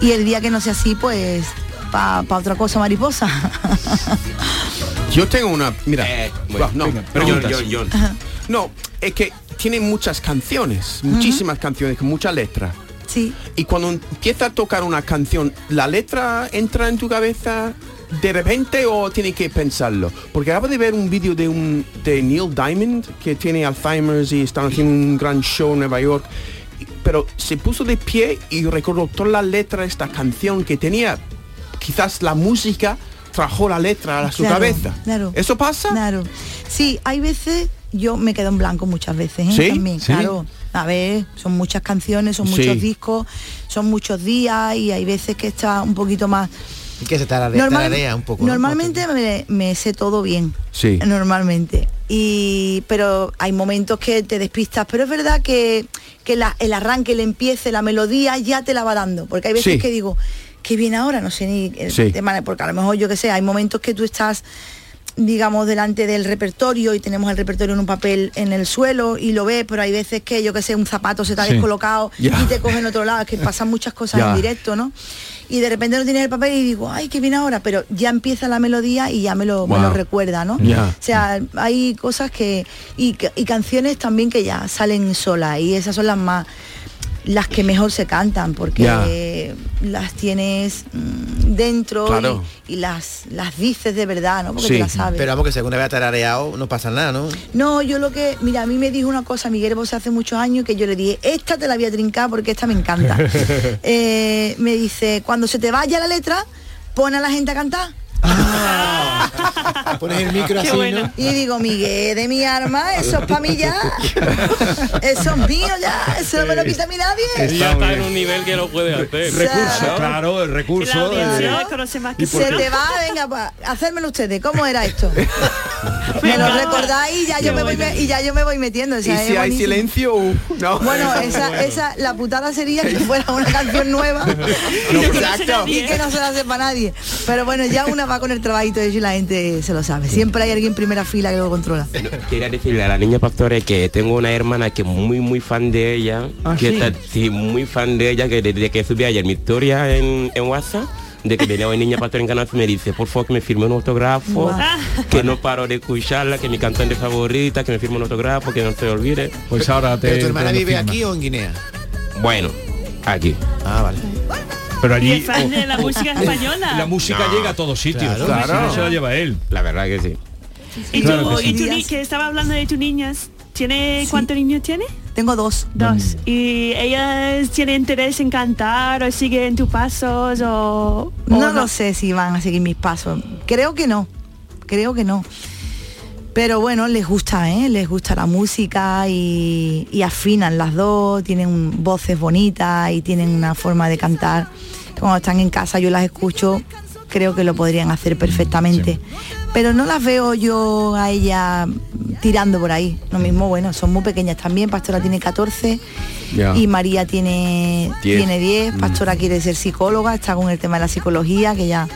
S9: Y el día que no sea así, pues para otra cosa mariposa.
S6: Yo tengo una. Mira.
S3: Eh, bueno,
S6: va, no,
S3: venga,
S6: no,
S3: preguntas.
S6: John, John, John. No, es que tiene muchas canciones, muchísimas canciones, con mucha letra.
S9: Sí.
S6: Y cuando empieza a tocar una canción, ¿la letra entra en tu cabeza de repente o tienes que pensarlo? Porque acabo de ver un vídeo de un de Neil Diamond que tiene Alzheimer's y están haciendo un gran show en Nueva York. Y- Pero se puso de pie y recordó toda la letra de esta canción que tenía. Quizás la música trajo la letra a su
S9: Claro,
S6: cabeza.
S9: Claro.
S6: ¿Eso pasa?
S9: Claro. Sí, hay veces yo me quedo en blanco muchas veces, ¿eh?
S6: ¿Sí?
S9: También,
S6: Sí.
S9: claro. A ver, son muchas canciones, son
S5: Sí.
S9: muchos discos, son muchos días y hay veces que está un poquito más.
S5: Y que se tarare-
S9: Normal-
S5: tararea un poco. ¿no?
S9: Normalmente me, me sé todo bien.
S5: Sí.
S9: Normalmente. Y pero hay momentos que te despistas, pero es verdad que, que la- el arranque, el empiece, la melodía ya te la va dando, porque hay veces
S2: Sí.
S9: que digo, qué bien ahora, no sé ni el
S2: Sí.
S9: tema, porque a lo mejor yo que sé, hay momentos que tú estás digamos delante del repertorio y tenemos el repertorio en un papel en el suelo y lo ves pero hay veces que yo que sé un zapato se te ha
S2: Sí.
S9: descolocado
S2: Ya.
S9: y te coge en otro lado es que pasan muchas cosas
S2: Ya.
S9: en directo no y de repente no tienes el papel y digo, ay, qué bien ahora, pero ya empieza la melodía y ya me lo, me
S2: Wow.
S9: lo recuerda, ¿no?
S2: Ya.
S9: O sea, hay cosas que. Y, ca- y canciones también que ya salen solas y esas son las más las que mejor se cantan porque
S2: Ya.
S9: las tienes mm, dentro y-
S5: Claro.
S9: y, las las dices de verdad, ¿no? Porque te las sabes.
S5: Pero vamos que si alguna vez ha tarareado no pasa nada, ¿no?
S9: No, yo lo que, mira, a mí me dijo una cosa Miguel Bosé hace muchos años que yo le dije, esta te la voy a trincar porque esta me encanta. Eh, me dice, cuando se te vaya la letra, pon a la gente a cantar.
S5: Pones el micro así, ¿no?
S9: Y digo, Miguel, de mi arma, eso es para mí ya. Eso es mío ya, eso no me lo quita a mí nadie.
S4: ya está en un nivel que no puede hacer.
S1: Recursos, claro, el
S4: La
S1: recurso.
S4: audiencia
S1: eh,
S9: se
S1: que por qué?
S9: te va, venga, pa, hacérmelo ustedes, ¿cómo era esto? me lo recordáis y ya yo me voy, me- y ya yo me voy metiendo. o sea,
S6: y
S9: es
S6: si hay
S9: buenísimo.
S6: silencio, uh, no.
S9: Bueno, esa, esa, la putada sería que fuera una canción nueva
S6: No, exacto.
S9: y que no se la sepa nadie. Pero bueno, ya una va con el trabajito de eso y la gente se lo sabe. Siempre hay alguien en primera fila que lo controla.
S3: Quería decirle a la niña Pastore que tengo una hermana que es muy muy fan de ella,
S9: Ah,
S3: que
S9: sí.
S3: está sí, muy fan de ella, que desde que subí ayer mi historia en, en WhatsApp, de que venía una niña Pastore en Canal me dice, por favor que me firme un autógrafo,
S10: Guau.
S2: Ah,
S3: que no paro de escucharla, que es mi cantante favorita, que me firme un autógrafo, que no se olvide.
S1: Pues ahora
S5: ¿Pero tu hermana vive aquí o en Guinea?
S3: Bueno, aquí.
S5: Ah, vale.
S1: Pero
S3: allí.
S10: Y es fan de la música española.
S1: La música llega a todos sitios.
S3: Claro.
S1: claro.
S3: Claro.
S1: Se la lleva él.
S3: La verdad que sí.
S10: Y tú,
S1: Claro que
S10: y tu
S1: sí.
S10: ni- que estaba hablando de tus niñas. ¿Tiene cuántos niños tiene?
S9: Tengo dos.
S1: Mm.
S10: Dos. ¿Y ellas tienen interés en cantar o siguen tus pasos o, o
S9: No lo sé si van a seguir mis pasos. Creo que no. creo que no. Pero bueno, les gusta, ¿eh? Les gusta la música y, y afinan las dos, tienen un- voces bonitas y tienen una forma de cantar. Cuando están en casa yo las escucho, creo que lo podrían hacer perfectamente. Pero no las veo yo a ella tirando por ahí. Lo mismo, bueno, son muy pequeñas también. Pastora tiene 14
S2: Ya.
S9: y María tiene
S2: Diez.
S9: tiene 10.
S2: Mm.
S9: Pastora quiere ser psicóloga, está con el tema de la psicología, que ya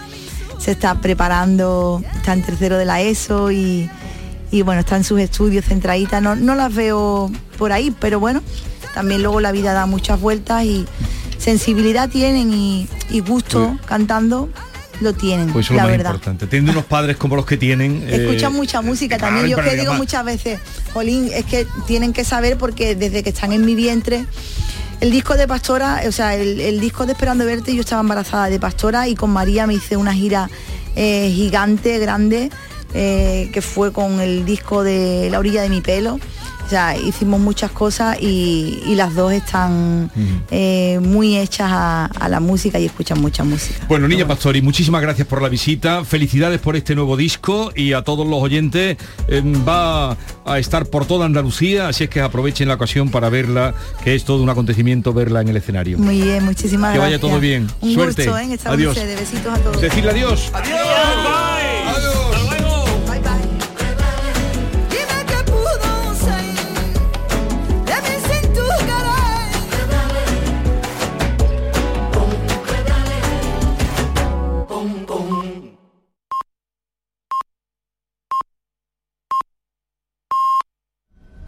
S9: se está preparando, está en tercero de la ESO y, y bueno, está en sus estudios centradita, no, no las veo por ahí, pero bueno, también luego la vida da muchas vueltas y sensibilidad tienen y, y gusto cantando lo tienen,
S1: Pues eso es lo
S9: la
S1: más
S9: verdad.
S1: importante. Tienen unos padres como los que tienen. eh,
S9: Escuchan mucha música también.
S1: ay,
S9: Yo
S1: pero
S9: que digo
S1: además-
S9: muchas veces, Jolín, es que tienen que saber porque desde que están en mi vientre, el disco de Pastora, o sea, el, el disco de Esperando Verte, yo estaba embarazada de Pastora y con María me hice una gira eh, gigante, grande, eh, que fue con el disco de La orilla de mi pelo. O sea, hicimos muchas cosas y, y las dos están eh, muy hechas a- a la música y escuchan mucha música.
S1: Bueno, Niña Pastori, muchísimas gracias por la visita, felicidades por este nuevo disco y a todos los oyentes eh, va a estar por toda Andalucía, así es que aprovechen la ocasión para verla, que es todo un acontecimiento verla en el escenario.
S9: Muy bien, muchísimas
S1: Que vaya
S9: gracias.
S1: todo bien.
S9: Un
S1: Suerte.
S9: gusto, ¿eh? en estar con
S1: Adiós.
S9: ustedes. Besitos a todos.
S1: Decirle adiós.
S9: Adiós.